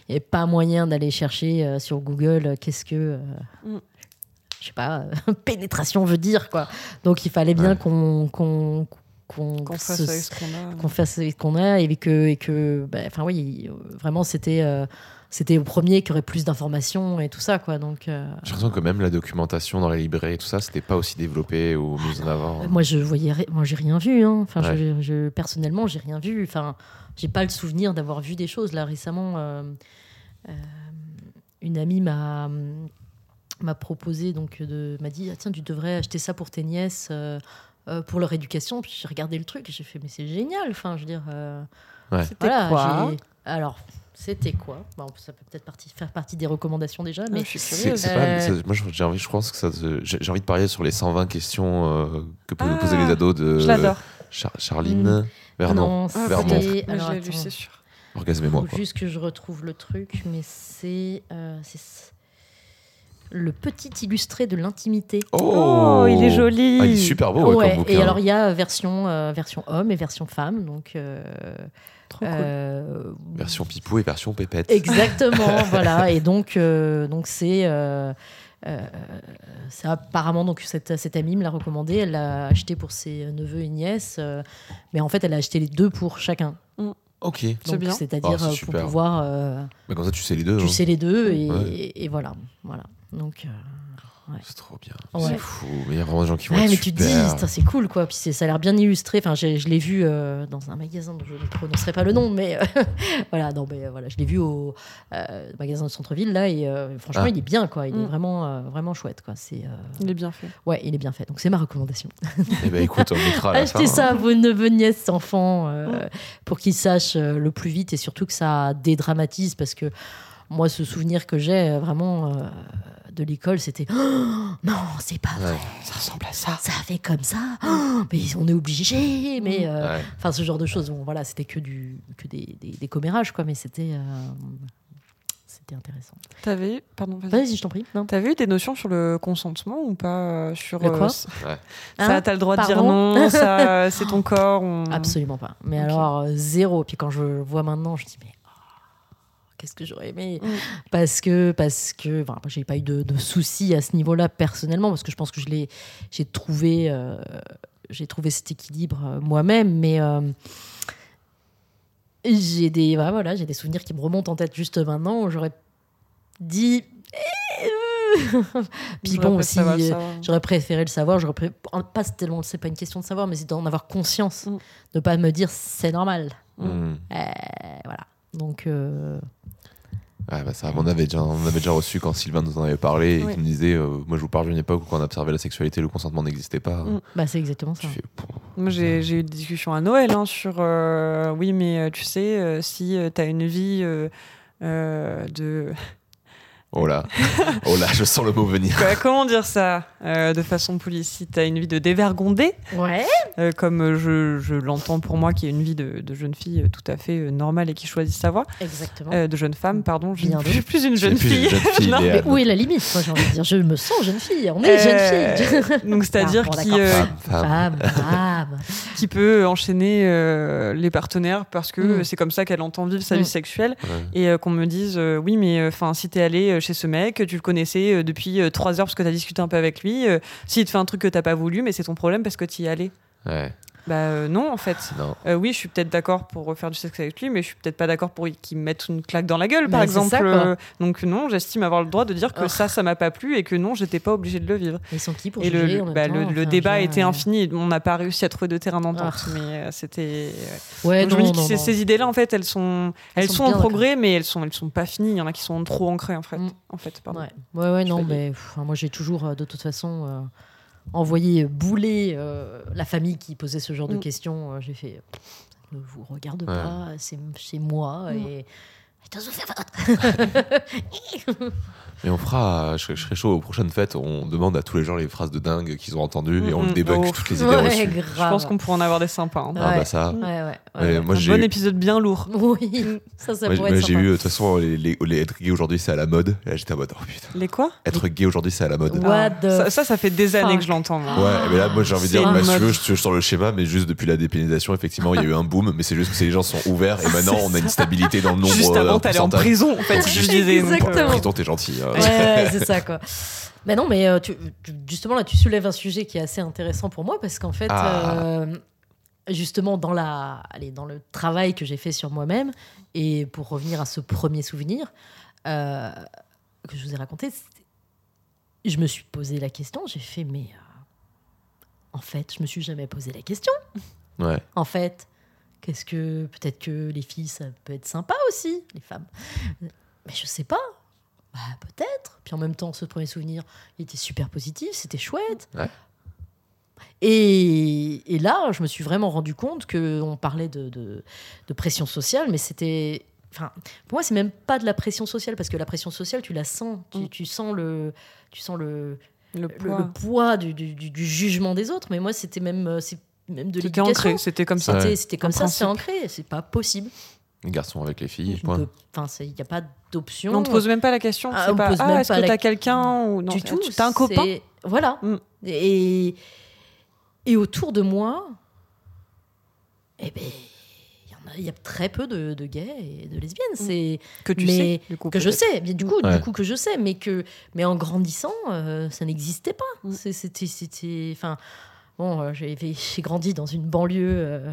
il y avait pas moyen d'aller chercher euh, sur Google euh, qu'est-ce que. euh, Mm. Je sais pas, euh, pénétration veut dire quoi. Donc il fallait bien Ouais. qu'on qu'on qu'on Qu'on fasse se- avec ce qu'on a. qu'on fasse ce qu'on a et que et que bah, enfin oui vraiment c'était euh, c'était au premier qui aurait plus d'informations et tout ça quoi donc euh, J'ai l'impression que même la documentation dans les librairies et tout ça, c'était pas aussi développé ou mis en avant. moi je voyais ri- moi j'ai rien vu hein. enfin je- Ouais. je, personnellement j'ai rien vu enfin j'ai pas le souvenir d'avoir vu des choses là récemment euh, euh, une amie m'a m'a proposé donc de m'a dit Ah, tiens tu devrais acheter ça pour tes nièces euh, euh, pour leur éducation puis j'ai regardé le truc et j'ai fait mais c'est génial enfin je veux dire euh, C'était Voilà, quoi j'ai- Alors, c'était quoi Bon, Ça peut peut-être partie- faire partie des recommandations déjà, Ah, mais Je suis C'est- curieuse. c'est pas- Euh, c'est- Moi, j'ai envie, je pense que ça. se- J'ai j'ai envie de parier sur les 120 questions euh, que peuvent nous poser Ah, les ados de Je l'adore. Char- Charline, Vernon, Mm. non, Ah, Vermont. peut-être. c'était... Mais alors, je l'ai lu, attends, c'est sûr. Orgasme et moi. faut juste que je retrouve le truc, mais c'est... euh, c'est- Le petit illustré de l'intimité. Oh, il est joli. Ah, il est super beau ouais, Ouais, comme bouquin. et alors il y a version, euh, version homme et version femme, donc. euh, Trop cool. euh, Version pipou et version pépette. Exactement, voilà. Et donc, euh, donc c'est. euh, euh, ça, apparemment, donc cette, cette amie me l'a recommandé. Elle l'a acheté pour ses neveux et nièces, euh, mais en fait, elle a acheté les deux pour chacun. ok. C'est Donc, bien. Ah, c'est-à-dire c'est euh, pour super. pouvoir, euh, Mais comme ça, tu sais les deux. tu hein. sais les deux et, Ouais. et voilà, voilà. Donc, euh, C'est trop bien. Ouais. C'est fou. Mais il y a vraiment des gens qui vont ouais, être mais tu te dis, super. putain, c'est cool, quoi. Puis c'est- ça a l'air bien illustré. Enfin, j'ai- je l'ai vu euh, dans un magasin dont je ne prononcerai pas le nom, mais euh, voilà, non, mais euh, voilà, je l'ai vu au euh, magasin de centre-ville là, et euh, franchement, Ah. il est bien, quoi. Il est Mm. vraiment, euh, vraiment chouette, quoi. C'est euh, Il est bien fait. ouais, il est bien fait. Donc c'est ma recommandation. Eh ben écoute, on mettra à la Achetez fin. hein. ça à vos neveux, nièces, enfants, euh, pour qu'ils sachent euh, le plus vite et surtout que ça dédramatise, parce que moi, ce souvenir que j'ai euh, vraiment euh, de l'école, c'était Oh, non, c'est pas vrai hein. Ouais, Ça ressemble à ça. ça fait comme ça, Oh, mais on est obligé, mais euh, ouais. enfin ce genre de choses. Bon, voilà, c'était que du que des, des, des commérages quoi, mais c'était euh, c'était intéressant. T'avais, pardon, vas-y. Vas-y, je t'en prie. Non. T'avais eu des notions sur le consentement ou pas euh, sur Le quoi euh, c- Ouais. Ça, Hein t'as le droit de dire Pardon non. Ça, euh, c'est ton corps. on- Absolument pas. Mais Ok. alors euh, zéro. Puis quand je vois maintenant, je dis mais oh, qu'est-ce que j'aurais aimé Mm. parce que parce que enfin, j'ai pas eu de, de soucis à ce niveau-là personnellement parce que je pense que je l'ai j'ai trouvé euh, j'ai trouvé cet équilibre euh, moi-même mais euh, j'ai des bah, voilà j'ai des souvenirs qui me remontent en tête juste maintenant où j'aurais dit Eh, euh. puis J'aurais préféré bon aussi savoir euh, ça. J'aurais préféré le savoir, j'aurais pré- pas tellement, c'est pas une question de savoir, mais c'est d'en avoir conscience, Mm. de pas me dire c'est normal. Hmm. Euh, voilà. Donc, euh, Ouais, bah ça, on, avait déjà, on avait déjà reçu quand Sylvain nous en avait parlé et Ouais. qu'il nous disait euh, Moi, je vous parle d'une époque où quand on observait la sexualité, le consentement n'existait pas. Mm. bah, c'est exactement ça. Tu fais, Pouf. Moi, j'ai j'ai eu des discussions à Noël hein, sur euh, oui, mais euh, tu sais, euh, si euh, t'as une vie euh, euh, de. Oh là, oh là, je sens le mot venir. Quoi- comment dire ça euh, de façon polie Si t'as une vie de dévergondée, Ouais. euh, comme je, je l'entends pour moi, qui est une vie de, de jeune fille euh, tout à fait euh, normale et qui choisit sa voie, Exactement. euh, de jeune femme, pardon, je Bien ne suis plus Tu une n'es jeune plus une fille. jeune fille, Non, Léane. mais où est la limite Moi, j'ai envie de dire, je me sens jeune fille. On est Euh, jeune fille. Donc c'est-à-dire Ah, bon, qui, d'accord. euh, Femme, femme. Femme, femme. qui peut enchaîner euh, les partenaires parce que Mm. c'est comme ça qu'elle entend vivre sa Mm. vie sexuelle Ouais. et euh, qu'on me dise euh, oui mais enfin si t'es allé euh, chez ce mec tu le connaissais euh, depuis euh, trois heures parce que t'as discuté un peu avec lui euh, s'il te fait un truc que t'as pas voulu mais c'est ton problème parce que t'y es allé Ouais, bah euh, non en fait non. Euh, oui je suis peut-être d'accord pour refaire du sexe avec lui mais je suis peut-être pas d'accord pour qu'il me mette une claque dans la gueule par Mais c'est exemple ça, quoi. Euh, donc non j'estime avoir le droit de dire que Oh. ça ça m'a pas plu et que non j'étais pas obligée de le vivre Ils sont qui pour et juger le, en même bah, temps le, le Enfin, euh, débat je- était infini. et On n'a pas réussi à trouver de terrain d'entente. Mais euh, c'était. euh, Ouais, Donc, je me non, dis que non, ces, non. ces idées-là, en fait, elles sont, elles sont sont, en bien progrès, mais elles sont, elles sont pas finies. Il y en a qui sont trop ancrées, en fait. Mm. En fait pardon. Ouais, ouais, ouais, Je non, valide. mais pff, moi j'ai toujours, euh, de toute façon, euh, envoyé bouler euh, la famille qui posait ce genre de Mm. questions. Euh, j'ai fait, ça ne vous regarde pas, c'est chez moi Mm. et. It doesn't matter. Mais on fera, euh, je, serais- je serais chaud aux prochaines fêtes, on demande à tous les gens les phrases de dingue qu'ils ont entendues et on Mhm. le débunk Oh. toutes les idées Ouais, reçues. Je grave. pense qu'on pourrait en avoir des sympas. hein. Ah Ouais. bah ça, Ouais, ouais, ouais, Ouais, ouais. moi Un j'ai bon eu- épisode bien lourd. Oui, ça, ça moi, j'ai- pourrait moi, être j'ai sympa. eu, euh, de toute façon, les, les, les- être gay aujourd'hui c'est à la mode. Et là j'étais en mode, oh putain, Les quoi Ah, être gay aujourd'hui c'est à la mode. Ouais. What the ça, ça, ça fait des années fuck. que je l'entends. moi. Ouais, mais là, moi j'ai envie de C'est dire, bah, une si tu mode. veux, je suis sur le schéma, mais juste depuis la dépénalisation, effectivement, il y a eu un boom, mais c'est juste que les gens sont ouverts et maintenant on a une stabilité dans le nombre. Juste euh, avant, t'allais en pourcentage. prison, en fait. si je disais. donc, euh, Bon, Exactement. Prison, t'es gentil. hein. Ouais, ouais, c'est ça, quoi. Mais non, mais euh, tu- tu- justement, là, tu soulèves un sujet qui est assez intéressant pour moi parce qu'en fait, Ah. euh, justement, dans, la, allez, dans le travail que j'ai fait sur moi-même, et pour revenir à ce premier souvenir euh, que je vous ai raconté, c'était- je me suis posé la question, j'ai fait, mais euh, en fait, je me suis jamais posé la question. Ouais. En fait, qu'est-ce que. Peut-être que les filles, ça peut être sympa aussi, les femmes. Mais je sais pas. Bah, peut-être. Puis en même temps, ce premier souvenir, il était super positif, c'était chouette. Ouais. Et, et là, je me suis vraiment rendu compte qu'on parlait de, de- de pression sociale, mais c'était. Enfin, pour moi, c'est même pas de la pression sociale, parce que la pression sociale, tu la sens. Tu, Mm. tu sens le. Tu sens le, Le le, le poids. poids du, du- du- du jugement des autres. Mais moi, c'était même, euh, c'est même de C'était l'éducation. ancré. C'était comme ça. C'était Ouais. c'était comme Un ça, c'est principe. ancré, c'est pas possible. les garçons avec les filles, Je ne point. peux- Enfin, c'est- il n'y a pas d'option. on te pose même pas la question. Ah, c'est on pas, pose ah, même est-ce pas que la- t'as quelqu'un ou non du c'est- tout. tu- T'as un copain c'est- Voilà. Mm. Et, et autour de moi, eh ben, il y en a- il y, a très peu de, de gays et de lesbiennes. Mm. C'est que tu mais- sais du coup, que je peut-être. sais, mais du coup, Ouais. du coup que je sais, mais que, mais en grandissant, euh, ça n'existait pas. Mm. C'est- C'était, c'était, enfin, bon, euh, j'ai j'ai grandi dans une banlieue. euh, euh,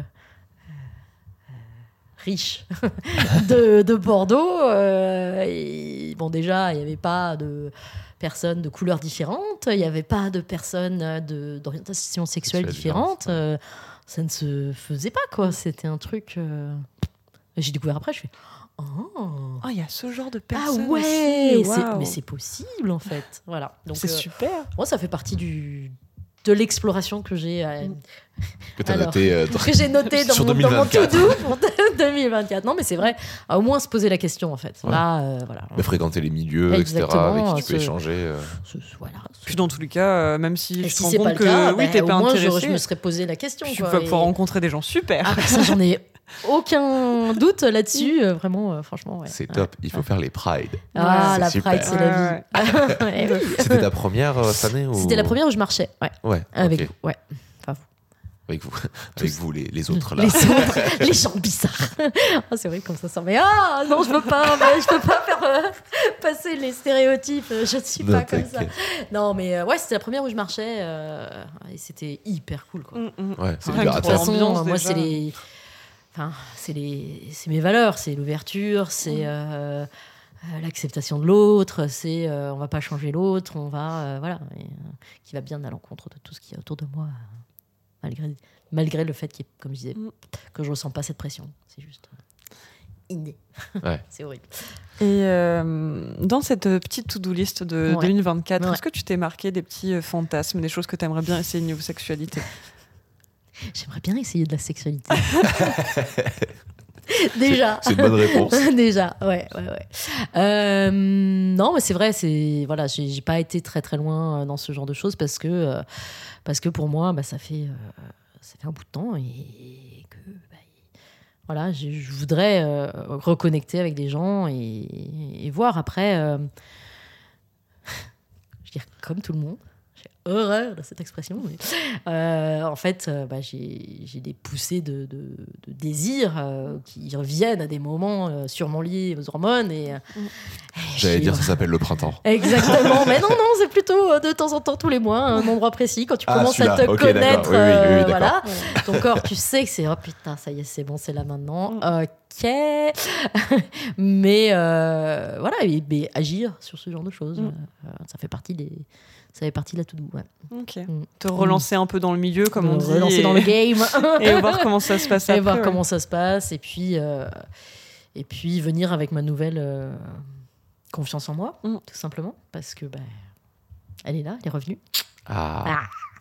riche de, de Bordeaux. euh, et, bon, déjà, il n'y avait pas de personnes de couleurs différentes, il n'y avait pas de personnes euh, de- d'orientation sexuelle Sexuelle différente. différente, ouais. euh, ça ne se faisait pas, quoi. C'était un truc. euh, J'ai découvert après, je fais. Oh, Ah, il y a ce genre de ah personnes. ouais, aussi, c'est- waouh. mais c'est possible en fait. Voilà. Donc C'est euh, super. moi ça fait partie du de l'exploration que j'ai euh, Mm. Que t'as Alors. noté euh, dans- que j'ai noté dans, Sur mon, dans mon 2024. to-do pour 2024. Non mais c'est vrai, à au moins se poser la question en fait. Ouais. Là euh, voilà. Mais fréquenter les milieux, etc., Exactement, avec qui tu peux ce- échanger. euh. Ce- ce- voilà. Ce- Puis dans tous les cas, euh, même si je Et te si rends c'est pas compte le que cas, oui, bah, t'es au pas moins, j'aurais- intéressé, je me serais posé la question. puis tu quoi, vas et- pouvoir rencontrer des gens super. Ah bah, ça j'en ai aucun doute là-dessus. euh, vraiment, euh, franchement. ouais. C'est Ouais. top, il faut faire les prides. Ah C'est la super. pride, c'est la Ouais, vie. Ouais, ouais. C'était ta première euh, cette année ou... C'était la première où je marchais. Ouais. Ouais, Avec ok. ouais. Avec vous, avec vous les, les autres là. Les autres, les gens bizarres. Ah, c'est horrible comme ça sort. Mais ah, non, je peux pas, mais je peux pas faire euh, passer les stéréotypes. euh, Je ne suis Non, pas comme ça. t'inquiète. Non, mais euh, ouais, c'était la première où je marchais euh, et c'était hyper cool. Quoi. Mm, mm. Ouais, c'est Rien que Ah, bah, de pour toute libérateur. façon, l'ambiance, moi, déjà. c'est les, enfin, c'est les, c'est mes valeurs, c'est l'ouverture, c'est euh, euh, l'acceptation de l'autre, c'est euh, on va pas changer l'autre, on va euh, voilà, et, euh, qui va bien à l'encontre de tout ce qui est autour de moi, euh, malgré malgré le fait qu'il y ait- comme je disais, Mm. que je ressens pas cette pression, c'est juste euh, inné. Ouais. c'est horrible. Et euh, dans cette euh, petite to-do list de Ouais. 2024, Ouais. est-ce que tu t'es marqué des petits euh, fantasmes, des choses que tu aimerais bien essayer niveau sexualité J'aimerais bien essayer de la sexualité. Déjà. C'est une bonne réponse. Déjà, ouais, ouais, ouais. Euh, non, mais c'est vrai, c'est voilà, j'ai j'ai pas été très très loin euh, dans ce genre de choses parce que euh, parce que pour moi, bah, ça fait euh, ça fait un bout de temps et que bah, voilà, je, je voudrais euh, reconnecter avec des gens et, et voir après. euh, je veux dire comme tout le monde. J'ai horreur de cette expression. mais, euh, en fait, euh, bah, j'ai j'ai des poussées de, de, de désir euh, qui reviennent à des moments euh, sûrement liés aux hormones. Et, euh, Mm. et J'allais j'ai- dire, ça s'appelle le printemps. Exactement, mais non, non, c'est plutôt euh, de temps en temps, tous les mois, à un endroit précis, quand tu Ah, commences celui-là, à ok, te d'accord. connaître, Oui, oui, oui, euh, d'accord. voilà, Ouais. ton corps, tu sais que c'est, oh putain, ça y est, c'est bon, c'est là maintenant, Mm. ok, mais euh, voilà, et, mais agir sur ce genre de choses, Mm. euh, ça fait partie des, ça fait partie de la to-do, ouais. Ok. Mm. Te relancer un peu dans le milieu, comme on Me dit. relancer et... dans le game, et voir comment ça se passe et après. voir ouais. comment ça se passe, et puis, euh, et puis venir avec ma nouvelle euh, confiance en moi, Mm. tout simplement, parce que bah, elle est là, elle est revenue, Ah,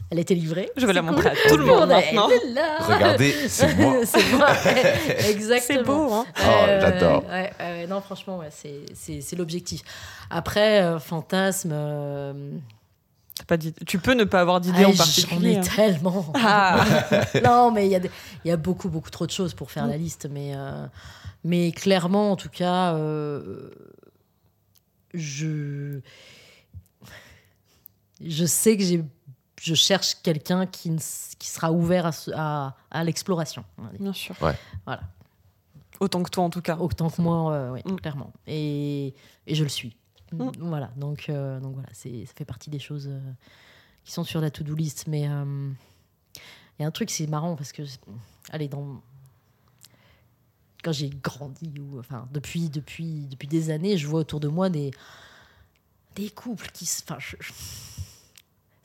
elle a été livrée. Je vais la c'est montrer à cool. tout le monde Elle maintenant. est là. regardez, c'est moi. c'est moi, exactement. C'est beau, hein Ouais, Oh, ouais, j'adore. ouais, Euh, ouais, ouais, non, franchement, ouais, c'est- c'est c'est l'objectif. Après, euh, fantasme. euh, T'as pas d'id- Tu peux ne pas avoir d'idée ah, en J'en particulier. ai hein. tellement. Ah. non, mais il y, a des- il y a beaucoup, beaucoup trop de choses pour faire la liste. Mais, euh, mais clairement, en tout cas, euh, je, je sais que j'ai, je cherche quelqu'un qui, ne s- qui sera ouvert à, ce- à, à l'exploration. on va dire. Bien sûr. Ouais. Voilà. Autant que toi, en tout cas. Autant que moi, euh, oui, Mm. clairement. Et, et je le suis. Mm. Voilà, donc, euh, donc voilà, c'est, ça fait partie des choses euh, qui sont sur la to-do list. Mais euh, il y a un truc, c'est marrant parce que, allez, dans. Quand j'ai grandi, ou enfin, depuis, depuis, depuis des années, je vois autour de moi des, des couples qui se. Enfin, je- je-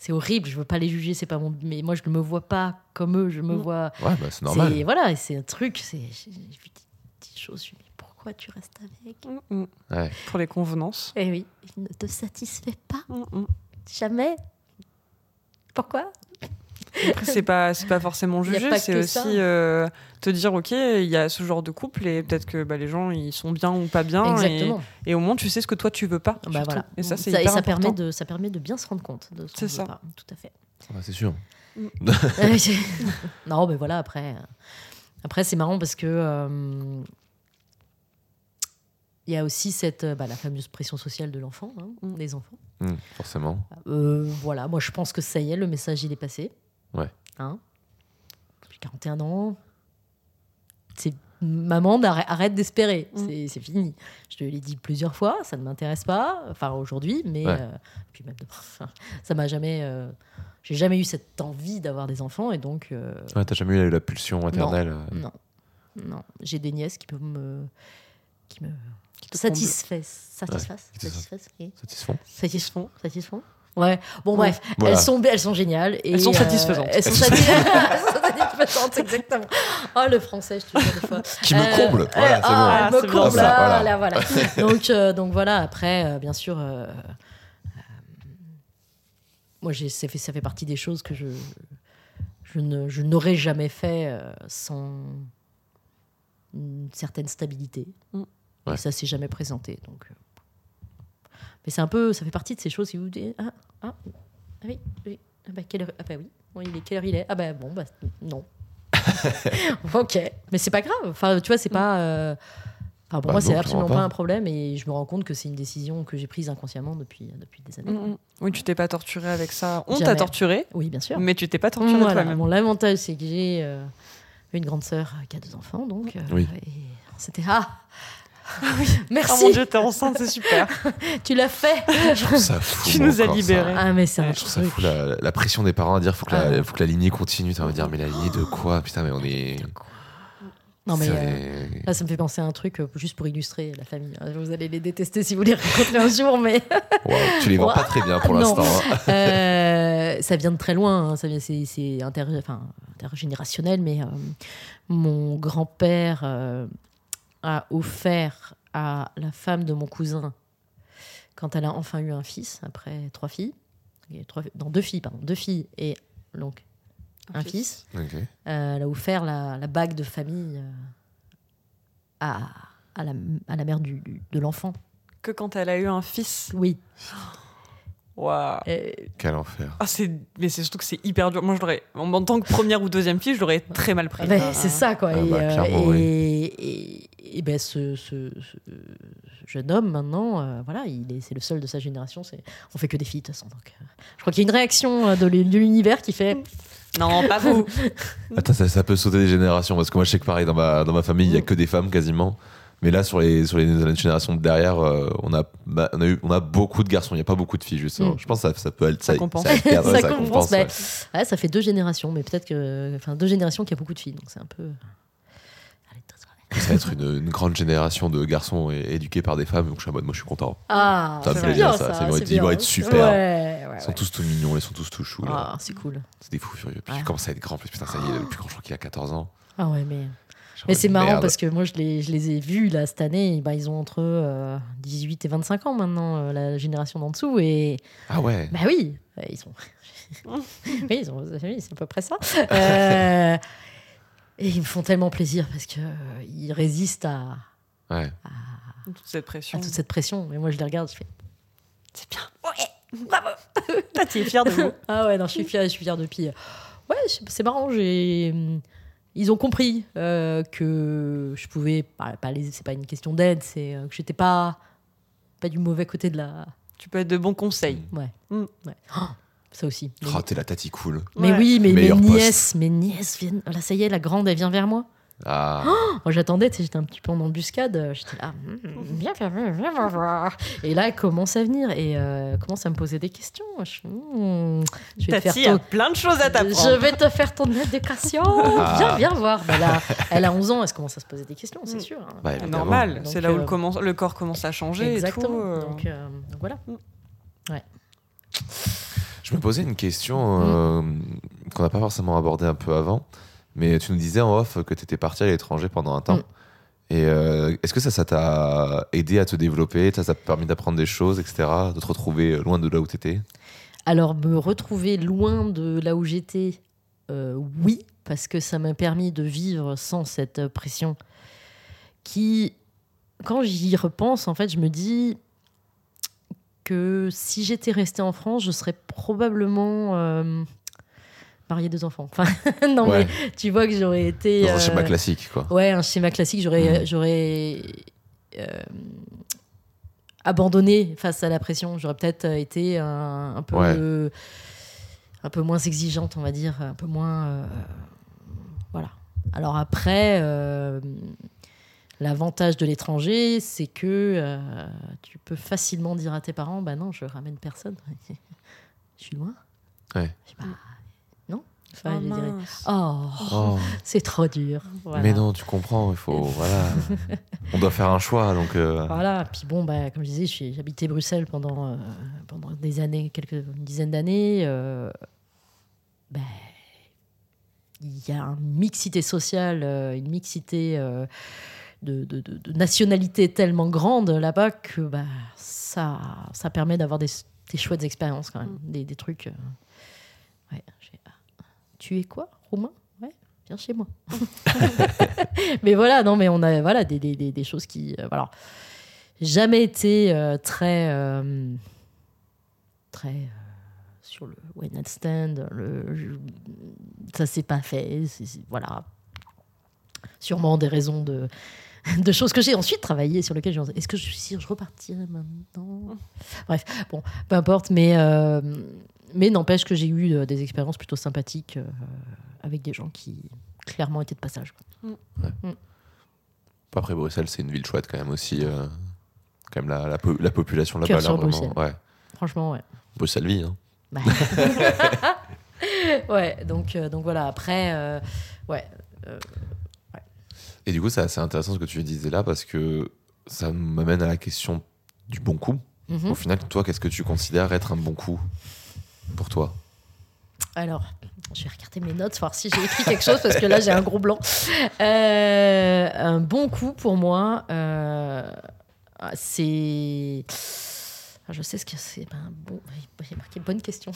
c'est horrible, je veux pas les juger, c'est pas mon. Mais moi, je ne me vois pas comme eux, je me Mm. vois Ouais, bah, c'est normal. c'est- Voilà, et c'est un truc. c'est- J'ai j'ai vu des petites choses. Je me dis, mais pourquoi tu restes avec Mm, mm. Ouais. Pour les convenances. Eh oui. Il ne te satisfait pas, Mm, mm. jamais. Pourquoi Après, c'est pas c'est pas forcément Y a juger pas c'est que aussi ça. euh, te dire ok il y a ce genre de couple et peut-être que bah, les gens ils sont bien ou pas bien et, Exactement. et au moins tu sais ce que toi tu veux pas Bah surtout. voilà. et ça c'est et hyper ça important. permet de ça permet de bien se rendre compte de ce qu'on C'est veut ça. pas. Tout à fait. Ah Ouais, c'est sûr. non, mais voilà après. Après c'est marrant parce que euh, Il y a aussi cette, euh, bah, la fameuse pression sociale de l'enfant, hein, Mm. des enfants. Hmm, forcément. Euh, voilà, moi je pense que ça y est, le message il est passé. Ouais. Hein J'ai 41 ans. C'est maman, d'arrê- arrête d'espérer. Mm. C'est- C'est fini. Je te l'ai dit plusieurs fois, ça ne m'intéresse pas. Enfin aujourd'hui, mais Ouais. euh, puis même demain. ça m'a jamais. euh, J'ai jamais eu cette envie d'avoir des enfants et donc euh, Ouais, t'as jamais eu la pulsion maternelle. euh, non, non. J'ai des nièces qui peuvent me qui me Qui te satisfaisent, satisfaisent, qui te satisfaisent, oui. Satisfont satisfont, satisfont. Ouais. Bon Ouais. bref. Voilà. Elles, sont, elles sont géniales. Et, Elles sont euh, satisfaisantes. elles, sont satis- elles sont satisfaisantes, exactement. Oh, le français, je te jure, des fois. Qui me Euh, comble Voilà, euh, c'est ah, bon. bah, elle bon. me C'est comble, bon. Voilà, ah, là, voilà. donc, euh, donc voilà, après, euh, bien sûr, euh, euh, moi, j'ai, ça, fait, ça fait partie des choses que je, je, ne, je n'aurais jamais fait euh, sans une certaine stabilité. Mm. Ouais. Et ça s'est jamais présenté. Donc, euh. Mais c'est un peu, ça fait partie de ces choses qui vous dites, ah, ah, ah oui, oui, ah bah, quelle heure, ah bah oui. Bon, il est quelle heure il est Ah bah bon bah non. ok, mais c'est pas grave. Enfin, tu vois, c'est Mm. pas. euh, enfin, pour Bah moi, non, c'est clairement absolument pas. pas. un problème et je me rends compte que c'est une décision que j'ai prise inconsciemment depuis euh, depuis des années. Mm, mm. Oui, tu t'es pas torturé avec ça. On t'a Jamais. torturé, Oui, bien sûr. mais tu t'es pas torturé Voilà. toi-même. Bon, l'avantage, c'est que j'ai euh, une grande sœur qui a deux enfants, donc. euh, Oui. Et c'était ah. Ah Merci, mon dieu, t'es enceinte, c'est super. tu l'as fait. Je trouve ça fou, Tu moi, nous as encore, ça. libérés. ah mais c'est un Ouais, Je trouve ça truc. fou, la, la pression des parents à dire faut que la, Ah. faut que la lignée continue. Tu vas me dire, mais la lignée de quoi Putain, mais on est. Non mais. euh, c'est- Là, ça me fait penser à un truc euh, juste pour illustrer la famille. Euh, Vous allez les détester si vous les rencontrez un jour, mais Waouh, tu les vois Ouah, pas très bien pour non. l'instant. hein. euh, ça vient de très loin. hein. Ça vient, c'est, c'est inter- enfin, intergénérationnel, mais euh, mon grand-père euh, a offert à la femme de mon cousin, quand elle a enfin eu un fils, après trois filles, et trois, non, deux filles, pardon, deux filles et donc un fils, Ok. euh, elle a offert la, la bague de famille euh, à, à, la, à la mère du- du- de l'enfant. Que quand elle a eu un fils. Oui. Waouh. Euh, Quel enfer. Ah, c'est... Mais c'est surtout que c'est hyper dur. Moi, je l'aurais. En tant que première ou deuxième fille, je l'aurais très mal pris. ben, Ah. c'est ça, quoi. Ah et, bah, euh, clairement, et- oui. et- et ben, ce, ce- ce- ce jeune homme, maintenant, euh, voilà, il est, c'est le seul de sa génération. C'est, on fait que des filles, de toute façon. Donc, euh, je crois qu'il y a une réaction euh, de l'u- de l'univers qui fait. Ah. Non, pas vous. Attends, ça, ça peut sauter des générations parce que moi, je sais que pareil, dans ma, dans ma famille, il Mm. y a que des femmes quasiment. Mais là, sur les, sur les générations de derrière, euh, on, a, bah, on, a eu, on a beaucoup de garçons, il n'y a pas beaucoup de filles, justement. Mm. Je pense que ça, ça peut ça, compense. Ça, perd, Ça ouais, compense, compense, mais- ouais. Ouais, ça fait deux générations, mais peut-être que. Enfin, deux générations qui a beaucoup de filles, donc c'est un peu. Allez, toi, toi. Ça va être une, une grande génération de garçons é- éduqués par des femmes. Donc, je suis en mode, moi, je suis content. Ah, Ça me c'est plaît bien, bien, ça. ça. Ça va c'est être- ils vont bien. être super. Ouais, ouais, Ils sont ouais. tous tout mignons, ils sont tous tout choux. là. Ah, c'est cool. C'est des fous furieux. Puis Ouais. il commence à être grand. Puis putain, ça y est, le plus grand, je crois qu'il a 14 ans. Ah ouais, mais. Mais c'est marrant parce que moi, je les, je les ai vus là cette année. Bah, ils ont entre euh, 18 et 25 ans maintenant, euh, la génération d'en dessous. Et Ah ouais. bah oui, euh, ils sont. oui, ils ont- oui, c'est à peu près ça. Euh, et ils me font tellement plaisir parce que euh, ils résistent à, Ouais. Toute cette à pression. toute cette pression. Et moi, je les regarde, je fais. C'est bien. Là, tu es fière de vous. Ah ouais, non, je suis fière, je suis fière de pire. Ouais, c'est c'est marrant, j'ai. hmm, Ils ont compris euh, que je pouvais pas, pas les. C'est pas une question d'aide, c'est euh, que j'étais pas pas du mauvais côté de la. Tu peux être de bons conseils. Ouais. Mm. Ouais. Oh, ça aussi. Mais, Oh, t'es la tati cool. mais Ouais. oui, mais mes Meilleur poste. nièces, mes nièces viennent. Là, ça y est, la grande, elle vient vers moi. Ah. Moi, j'attendais, tu sais, j'étais un petit peu en embuscade. euh, J'étais là, Mm, viens, viens, viens, viens, viens voir. Et là, elle commence à venir et euh, commence à me poser des questions. Je, fais, Mm, je vais Ta te faire fille ton- a plein de choses à t'apprendre. je vais te faire ton éducation. Ah. Viens, viens voir. Bah, elle, a, elle a 11 ans, elle commence à se poser des questions, c'est Mm. sûr. hein. Bah, évidemment. Normal. Donc, C'est là où euh, le, commence- le corps commence à changer Exactement. et tout. euh. Donc, euh, donc voilà. Je me posais une Mm. question euh, qu'on n'a pas forcément abordée un peu avant, mais tu nous disais en off que tu étais parti à l'étranger pendant un temps. Mm. Et euh, est-ce que ça, ça t'a aidé à te développer Ça ça t'a permis d'apprendre des choses, etc. De te retrouver loin de là où t'étais Alors, me retrouver loin de là où j'étais, euh, oui, parce que ça m'a permis de vivre sans cette euh, pression qui, quand j'y repense, en fait, je me dis que si j'étais restée en France, je serais probablement euh, mariée deux enfants. Enfin, non, Ouais, mais tu vois que j'aurais été... dans un euh, schéma classique, quoi. Mmh. Ouais, un schéma classique. J'aurais, Mhm. j'aurais euh, abandonné face à la pression. J'aurais peut-être euh, été un, un peu, Ouais. un peu moins exigeante, on va dire, un peu moins. euh, voilà. Alors après, euh, l'avantage de l'étranger, c'est que euh, tu peux facilement dire à tes parents, bah non, je ramène personne. je suis loin. Ouais. Je sais pas, non. Enfin, Ah, ils diraient, mince. oh, Oh, c'est trop dur. Voilà. Mais non, tu comprends, il faut. Voilà. On doit faire un choix, donc. euh, Voilà, puis bon, bah, comme je disais, j'ai habité Bruxelles pendant, euh, pendant des années, quelques une dizaine d'années. euh, bah, il y a une mixité sociale, euh, une mixité euh, de, de, de- de nationalités tellement grande là-bas que bah, ça, ça permet d'avoir des, des chouettes expériences quand même, des, des trucs. euh, ouais, j'ai- ah, tu es quoi, Roumain Ouais, viens chez moi. mais voilà, non, mais on a voilà, des, des, des, des choses qui. euh, voilà. Jamais été euh, très. euh, très. euh, sur le one night stand, le, je- ça s'est pas fait. c'est- c'est- voilà. Sûrement des raisons de. De choses que j'ai ensuite travaillé sur lesquelles j'ai est-ce que je, si je repartirais maintenant Bref, bon, peu importe, mais, euh, mais n'empêche que j'ai eu euh, des expériences plutôt sympathiques euh, avec des gens qui clairement étaient de passage. Après, Bruxelles, c'est une ville chouette quand même aussi. euh, Quand même, la, la, po- la population là-bas, Cœur là, sur vraiment. Bruxelles. Ouais. Franchement, ouais. Bruxelles vit, hein. Bah. ouais, donc, euh, donc voilà, après, euh, ouais. Et du coup, c'est assez intéressant ce que tu disais là parce que ça m'amène à la question du bon coup. Mhm. Au final, toi, qu'est-ce que tu considères être un bon coup pour toi Alors, je vais regarder mes notes, voir si j'ai écrit quelque chose, parce que là, j'ai un gros blanc. Euh, un bon coup pour moi, euh, ah, c'est. Ah, Je sais ce que c'est. ben, un bon... J'ai marqué bonne question.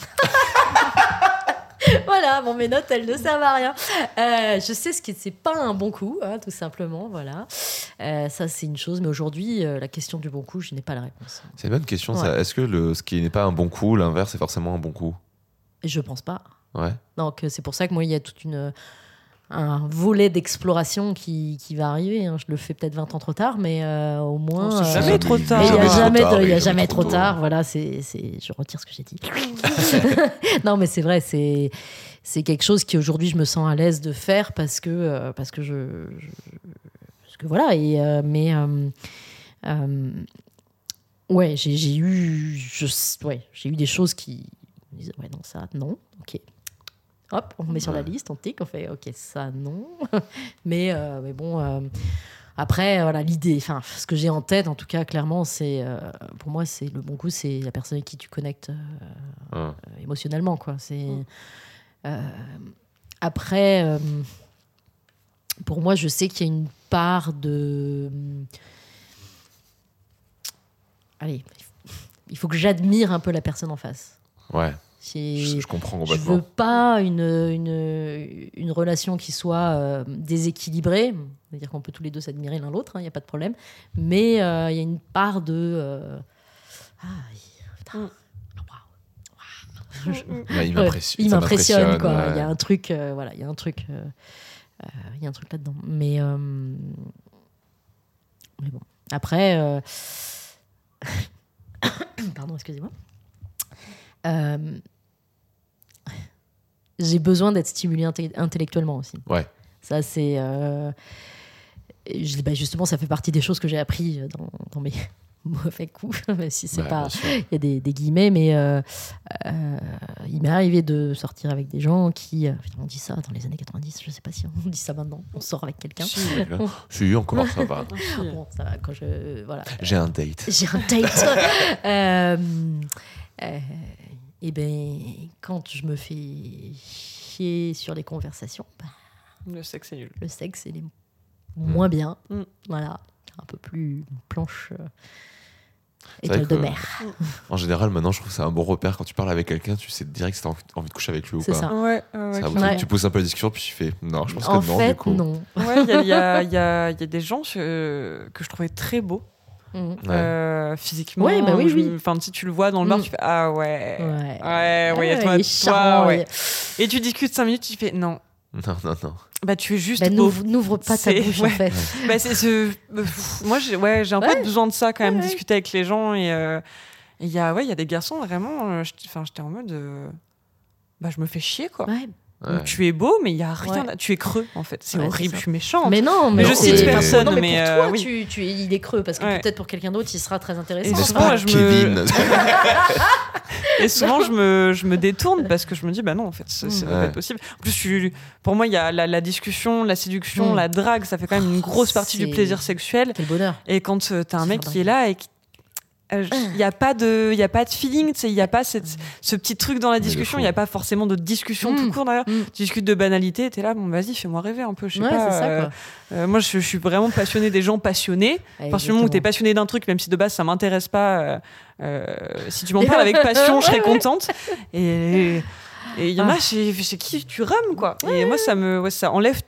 voilà, bon, mes notes, elles ne servent à rien. Euh, je sais ce qui c'est pas un bon coup, hein, tout simplement. Voilà. Euh, ça, c'est une chose, mais aujourd'hui, euh, la question du bon coup, je n'ai pas la réponse. C'est une bonne question. ça. Est-ce que le, ce qui n'est pas un bon coup, l'inverse est forcément un bon coup Et Je pense pas. Ouais. Donc euh, c'est pour ça que moi, il y a toute une euh, un volet d'exploration qui, qui va arriver. hein. Je le fais peut-être 20 ans trop tard, mais euh, au moins... On sait euh, Jamais trop il- tard. mais il n'y a Jamais trop jamais, de- il y a et jamais trop tôt. tard. Voilà, c'est, c'est- je retire ce que j'ai dit. non, mais c'est vrai, c'est, c'est quelque chose qui aujourd'hui je me sens à l'aise de faire parce que, euh, parce que je, je- parce que voilà. Et euh, mais euh, euh, ouais, j'ai, j'ai eu, je, ouais, j'ai eu des choses qui me disaient ouais non ça non, ok. Hop, on met sur la Ouais. liste, on tique, on fait ok ça non. mais euh, mais bon. euh, après, voilà, l'idée, enfin, ce que j'ai en tête, en tout cas, clairement, c'est, euh, pour moi, c'est le bon coup, c'est la personne avec qui tu connectes euh, Hein. euh, émotionnellement, quoi. C'est Mm. euh, après, euh, pour moi, je sais qu'il y a une part de, euh, allez, il faut que j'admire un peu la personne en face. Ouais, C'est- je, je comprends je veux complètement. pas une, une, une relation qui soit euh, déséquilibrée. C'est-à-dire qu'on peut tous les deux s'admirer l'un l'autre, il n'y a pas de problème. Mais euh, il y a une part de. euh, Ah, il- putain. Mm. Waouh. Waouh. Je- Ouais, il Ouais, m'impressionne. il ça m'impressionne, quoi. Il y a ouais. un truc, euh, voilà, il y a un truc, euh, euh, il y a un truc là-dedans. Mais, euh, mais bon. Après, euh, pardon, excusez-moi. Euh, J'ai besoin d'être stimulé intellectuellement aussi. Ouais. Ça, c'est. euh, je- bah, justement, ça fait partie des choses que j'ai appris dans, dans mes mauvais coups, même si c'est Ouais, pas Bah, bien sûr. il y a des, des guillemets, mais euh, euh, il m'est arrivé de sortir avec des gens qui. euh, putain, on dit ça dans les années 90, je sais pas si on dit ça maintenant, on sort avec quelqu'un. Si, Oh. Si, encore, ça va. si. Bon, ça va, quand je. Voilà. J'ai un date. J'ai un date. Euh, euh, et ben, quand je me fais chier sur les conversations, bah, Le sexe est nul. le sexe, il est moins bien. Mm. Voilà, un peu plus planche. euh, C'est vrai Étoile de que- mer, En général, maintenant, je trouve que c'est un bon repère. Quand tu parles avec quelqu'un, tu sais direct si t'as envie- envie de coucher avec lui ou c'est pas. ça. Ouais, ouais, ouais, Ça, clairement. tu- Ouais. Tu pousses un peu la discussion, puis tu fais non, je pense En que non, du fait, coup. non. Ouais, il y a- il y a, il y a- il y a des gens euh, que je trouvais très beaux Mm. Ouais. euh, physiquement. Ouais, bah oui, je me- oui. Enfin, si tu le vois dans le bar, Mm. tu fais Ah ouais. Ouais. Ah Ouais, ouais, il y a toi, il est toi, charmant, ouais. Ah il est- Et tu discutes 5 minutes, tu fais Non, Non, non, non. Bah, tu es juste Bah, beau. n'ouvre n'ouvre pas ta C'est- bouche en ouais. fait. Bah, c'est ce- pff, Moi, j'ai ouais, j'ai un peu Ouais. besoin de ça quand même, Ouais, ouais. discuter avec les gens. Et euh, et il y a ouais, il y a des garçons vraiment. euh, j't- Enfin, j'étais en mode. euh, Bah, je me fais chier quoi. Ouais. Donc, Ouais. tu es beau, mais il y a rien. Ouais. à- Tu es creux en fait. C'est Ouais, horrible. c'est ça. Je suis méchante. Mais non, mais Mais je c'est- cite enfin, personne, non, mais, mais, pour euh, toi, oui. tu, tu- il est creux parce que Ouais. peut-être pour quelqu'un d'autre, il sera très intéressant. Et N'est-ce souvent, Enfin, moi, je me- Kevin Et souvent, je me, je me détourne parce que je me dis, bah non, en fait, ça ça Mm. va pas Ouais. être possible. En plus, je suis- pour moi, il y a la, la discussion, la séduction, Mm. la drague, ça fait quand même une grosse partie du C'est- plaisir sexuel. Quel bonheur. Et quand euh, t'as un C'est mec vrai. qui est là et qui- euh, je- il n'y a pas de il y a pas de feeling tu sais, il n'y a pas cette, ce petit truc dans la de discussion fou. il n'y a pas forcément de discussion Mm. tout court d'ailleurs Mm. tu discutes de banalité t'es là bon vas-y fais-moi rêver un peu je sais ouais, pas c'est ça euh, quoi. euh, moi je, je suis vraiment passionnée des gens passionnés Ouais, parce que le moment où t'es exactement. passionné d'un truc, même si de base ça m'intéresse pas, euh, euh, si tu m'en Mais- parles avec passion, je serais Ouais, contente. Et et il y en Ah. a chez, chez qui tu rames, quoi. Et moi, ça me ouais, ça enlève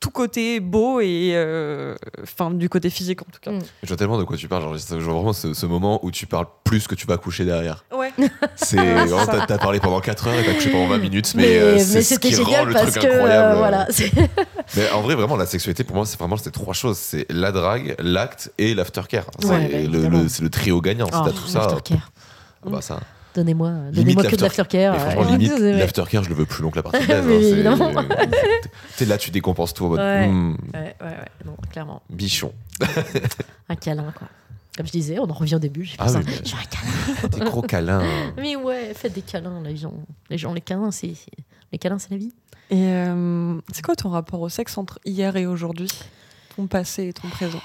tout côté beau et. euh, Enfin, du côté physique en tout cas. Mm. Je vois tellement de quoi tu parles. genre, je vois vraiment ce, ce moment où tu parles plus que tu vas coucher derrière. Ouais. C'est Ouais, c'est vraiment, ça. t'as t'as parlé pendant 4 heures et t'as couché pendant 20 minutes, mais, Ah, Mais, euh, mais c'est ce c'était qui rend génial le parce truc que euh, incroyable. voilà. c'est- Mais en vrai, vraiment, la sexualité pour moi, c'est vraiment ces trois choses c'est la drague, l'acte et l'aftercare. C'est Ouais, bah, le- évidemment. le, c'est le trio gagnant. Si Oh, t'as tout ça, l'aftercare. ah bah ça. Donnez-moi, Limite donnez-moi que de l'after- l'aftercare. Mais ouais. franchement, Ouais, limite, ouais. l'aftercare, je le veux plus long que la partie anglaise. Mais hein, c'est- évidemment. t'es- t'es là, tu décompenses tout en mode Ouais. hmm, Ouais, ouais, ouais. Non, clairement. bichon. Un câlin, quoi. Comme je disais, on en revient au début. J'ai Ah fait ça. oui, mais- Je veux un câlin. Des gros câlins. Mais ouais, faites des câlins, les gens. Les gens, les câlins, c'est c'est- les câlins, c'est la vie. Et euh, c'est quoi ton rapport au sexe entre hier et aujourd'hui Ton passé et ton présent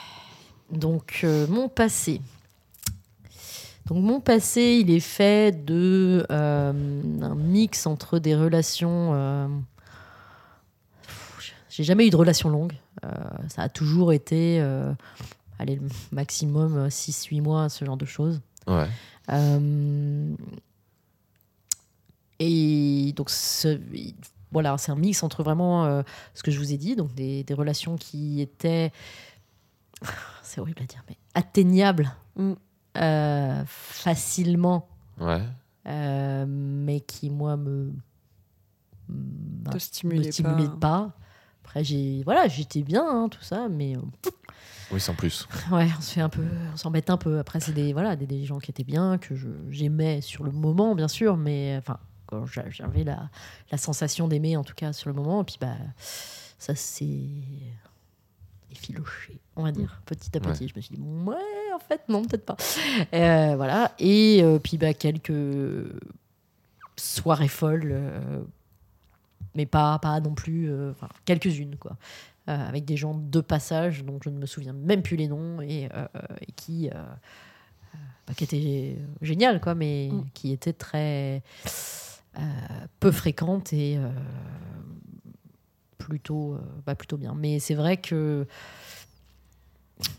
Donc euh, mon passé. Donc mon passé, il est fait de euh, un mix entre des relations. euh, pff, J'ai jamais eu de relation longue. Euh, ça a toujours été, euh, allez, le maximum 6-8 mois, ce genre de choses. Ouais. Euh, et donc, ce- voilà, c'est un mix entre vraiment euh, ce que je vous ai dit, donc des, des relations qui étaient, c'est horrible à dire, mais atteignables Mm. euh, facilement, Ouais. euh, mais qui, moi, me, Te Ah, me stimuler stimulaient pas. pas. Après, j'ai, voilà, j'étais bien, hein, tout ça, mais euh, Oui, sans plus. Ouais, on se fait un peu, on s'embête un peu. Après, c'est des voilà, des, des gens qui étaient bien, que je- j'aimais sur le moment, bien sûr, mais enfin, quand j'a- j'avais la, la sensation d'aimer en tout cas sur le moment, et puis bah ça s'est effiloché, on va dire, petit à petit. Je me suis dit ouais, en fait, non, peut-être pas. Euh, voilà, et euh, puis bah quelques soirées folles, euh, mais pas pas non plus, euh, enfin quelques-unes quoi euh, avec des gens de passage dont je ne me souviens même plus les noms et, euh, et qui, euh, euh, bah, qui étaient géniales, quoi, mais Mm. qui étaient très euh, peu fréquentes et euh, plutôt, euh, bah, plutôt bien. Mais c'est vrai que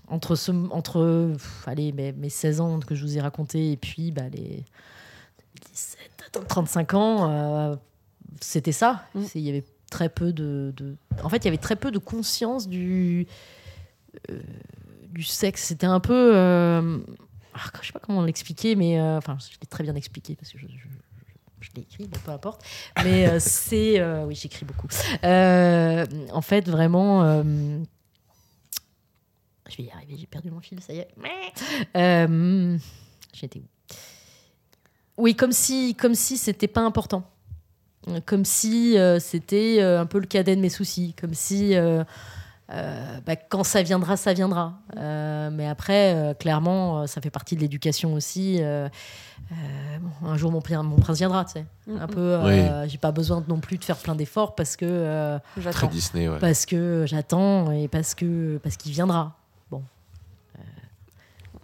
entre, ce, entre pff, allez, mes, mes 16 ans que je vous ai raconté et puis bah, les 17, 35 ans, euh, c'était ça. Mm. C'est- Il y avait très peu de, de- En fait, il y avait très peu de conscience du, euh, du sexe. C'était un peu. euh, ah, je sais pas comment l'expliquer, mais. euh, Enfin, je l'ai très bien expliqué parce que je. je- je- je l'ai écrit, bon, peu importe. Mais euh, c'est. euh, oui, j'écris beaucoup. Euh, en fait, vraiment. euh, je vais y arriver, j'ai perdu mon fil, ça y est. Euh, J'étais où Oui, comme si comme si c'était pas important. Comme si euh, c'était euh, un peu le cadet de mes soucis. Comme si. euh, euh, bah, quand ça viendra, ça viendra. Euh, mais après, euh, clairement, euh, ça fait partie de l'éducation aussi. euh, euh, bon, un jour, mon, pri- mon prince viendra, tu sais. Mm, Un peu, euh, j'ai pas besoin non plus de faire plein d'efforts parce que euh, Très J'attends. Disney, ouais. parce que j'attends et parce que parce qu'il viendra. Bon, Euh,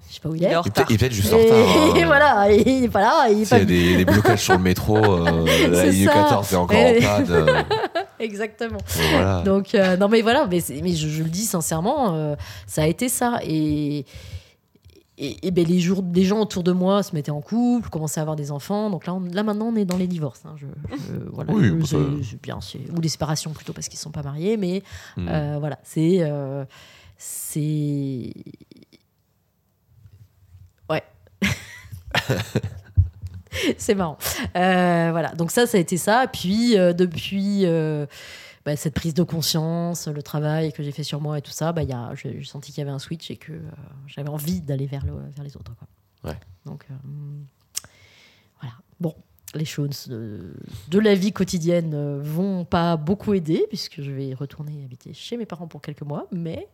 je sais pas où il Il est. est en Et retard. peut-être et peut-être juste en et, retard. et hein. voilà, et il est pas là, il est S'il pas y a des, des blocages sur le métro, euh, la C'est ligne ça. 14 est encore Et- en panne. euh, exactement. voilà. Donc euh, non mais voilà, mais, c'est- mais je, je le dis sincèrement, euh, ça a été ça et et, et ben les jours, les gens autour de moi se mettaient en couple, commençaient à avoir des enfants. Donc là, on- là maintenant, on est dans les divorces. hein. Je, je- voilà, Oui, Je- bah, ça- c'est- c'est bien, c'est- ou les séparations plutôt parce qu'ils sont pas mariés, mais Hmm. Euh, voilà, c'est. euh, c'est. Ouais. c'est marrant. Euh, voilà, donc ça, ça a été ça. Puis, euh, depuis. euh, bah, cette prise de conscience, le travail que j'ai fait sur moi et tout ça, bah, il y a- j'ai j'ai senti qu'il y avait un switch et que euh, j'avais envie d'aller vers, le, vers les autres. Quoi. Ouais. Donc, euh, voilà. Bon, les choses euh, de, de la vie quotidienne euh, vont pas beaucoup aider, puisque je vais retourner habiter chez mes parents pour quelques mois, mais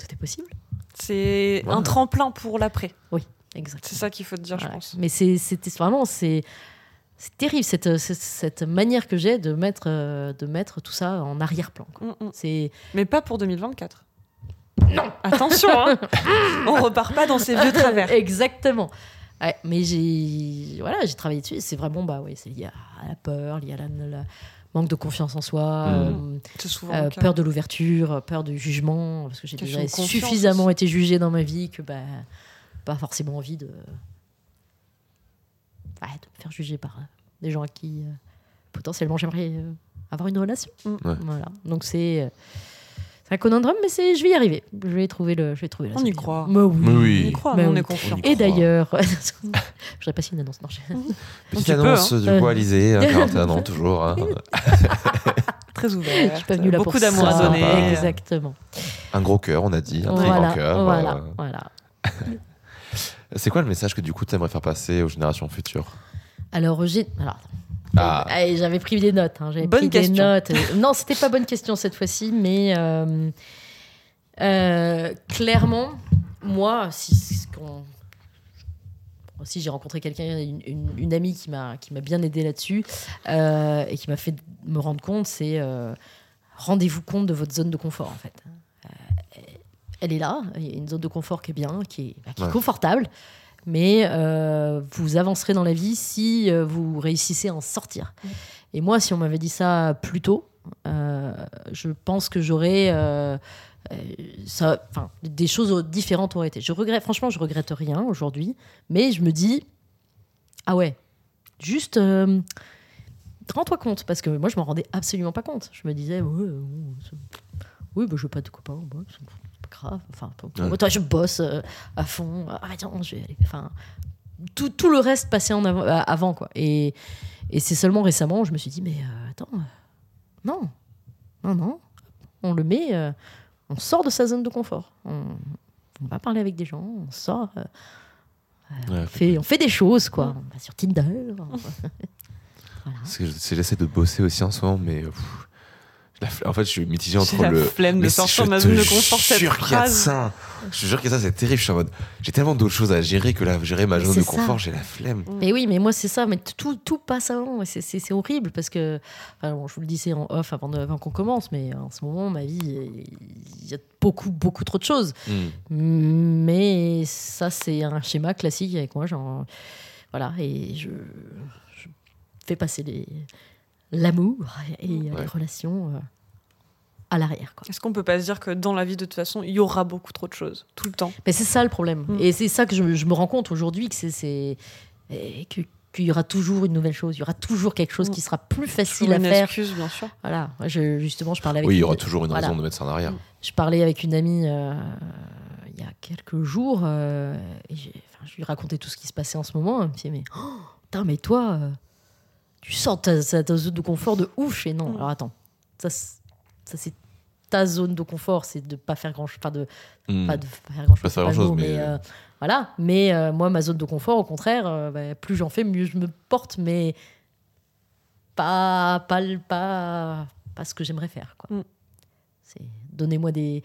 tout est possible. C'est Voilà. un tremplin pour l'après. Exactement. C'est ça qu'il faut te dire, Voilà. je pense. Mais c'est c'était vraiment c'est c'est terrible cette, euh, cette, cette manière que j'ai de mettre euh, de mettre tout ça en arrière-plan. quoi. Mm, mm. C'est Mais pas pour 2024. Non Attention, hein. On repart pas dans ces vieux travers. exactement. Ouais, mais j'ai voilà j'ai travaillé dessus. et C'est vraiment bah oui c'est lié à la peur, lié à la, la- manque de confiance en soi, Mm. C'est souvent euh, euh, le cas. peur de l'ouverture, peur du jugement parce que j'ai Question déjà de confiance suffisamment aussi. été jugée dans ma vie que bah pas forcément envie de ouais, de me faire juger par euh, des gens à qui euh, potentiellement j'aimerais euh, avoir une relation. Mm. Ouais. Voilà. Donc c'est euh, c'est un conundrum, mais c'est je vais y arriver. Je vais trouver le, je vais trouver la On y solution. croit. Mais oui. Mais On oui. Oh. y croit, Mais on oui. est confiant. On y Et croit. d'ailleurs, je voudrais passer une annonce. non, je- Petite tu peux, annonce Euh. du coup, Alizé, 41 ans toujours. hein. Très je ouvert. suis pas venue là Beaucoup pour d'amour ça. à donner. Exactement. Un gros cœur, on a dit. Un très Voilà, grand cœur. voilà, euh. voilà. C'est quoi le message que du coup, tu aimerais faire passer aux générations futures Alors, j'ai. Alors, Ah. allez, j'avais pris des notes. hein, j'avais Bonne pris question. Des notes. Euh, Non, c'était pas bonne question cette fois-ci, mais euh, euh, clairement, moi, si, ce qu'on- si j'ai rencontré quelqu'un, une, une- une amie qui m'a qui m'a bien aidé là-dessus euh, et qui m'a fait me rendre compte, c'est euh, rendez-vous compte de votre zone de confort en fait. Euh, elle est là, il y a une zone de confort qui est bien, qui est, bah, qui est Ouais. confortable, mais euh, vous avancerez dans la vie si euh, vous réussissez à en sortir. Et moi, si on m'avait dit ça plus tôt, euh, je pense que j'aurais euh, euh, ça, enfin, des choses différentes auraient été. Je regrette, franchement, je regrette rien aujourd'hui, mais je me dis, ah ouais, juste. euh, Rends-toi compte, parce que moi je m'en rendais absolument pas compte. Je me disais, ouais, euh, c'est- oui, bah, je veux pas de copains, bah, c'est c'est pas grave. Enfin, pour- pour- Ouais. toi, je bosse euh, à fond. Ah, tiens, je vais aller. Enfin, tout, tout le reste passait en avant, à- avant, quoi. Et, et c'est seulement récemment où je me suis dit, mais euh, attends, euh, non, non, non, on le met, euh, on sort de sa zone de confort. On, on va parler avec des gens, on sort, euh, on, fait, on fait des choses, quoi. On va sur Tinder. on va- voilà. Parce que je- c'est- J'essaie de bosser aussi en ce moment, mais euh, pff, la fl- en fait, je suis mitigé entre J'ai la le. flemme de mais si- sortir je de ma te zone de confort cette jure qu'il y a de phrase. ça. Je te jure qu'il y a de ça, c'est terrible. Je suis en mode, j'ai tellement d'autres choses à gérer que là, gérer ma Mais zone de c'est confort, ça. j'ai la flemme. Mais oui, mais moi c'est ça, mais tout, tout passe avant, et c'est- c'est c'est horrible parce que, enfin, bon, je vous le disais en off avant, de- avant qu'on commence, mais en ce moment, ma vie, il y a beaucoup, beaucoup trop de choses. Mm. Mais ça, c'est un schéma classique avec moi. Genre, voilà, et je, je fais passer les- l'amour et euh, Mm. Ouais. les relations euh, à l'arrière. quoi. Est-ce qu'on peut pas se dire que dans la vie, de toute façon, il y aura beaucoup trop de choses, tout le temps Mais c'est ça le problème. Mm. Et c'est ça que je, je me rends compte aujourd'hui, que c'est- c'est et que- qu'il y aura toujours une nouvelle chose, il y aura toujours quelque chose Mm. qui sera plus facile Toujours à une faire. excuse, bien sûr. Voilà, Moi, je- justement, je parlais avec Oui, il y une- aura toujours une Voilà. raison de mettre ça en arrière. Je parlais avec une amie euh, il y a quelques jours euh, et j'ai- enfin, je lui racontais tout ce qui se passait en ce moment. Elle me disait, mais, oh, putain, mais toi, euh, tu sors ta, ta- ta zone de confort de ouf. Et non, Mm. alors attends, ça, c'est- ça, c'est ta zone de confort, c'est de pas faire grand-chose, enfin, de Mm. pas de faire grand Pas chose, faire grand-chose, mais- euh, euh, voilà. Mais euh, moi, ma zone de confort, au contraire, euh, bah, plus j'en fais, mieux je me porte, mais pas, pas, le- pas, pas ce que j'aimerais faire. Quoi. Mm. C'est donnez-moi des.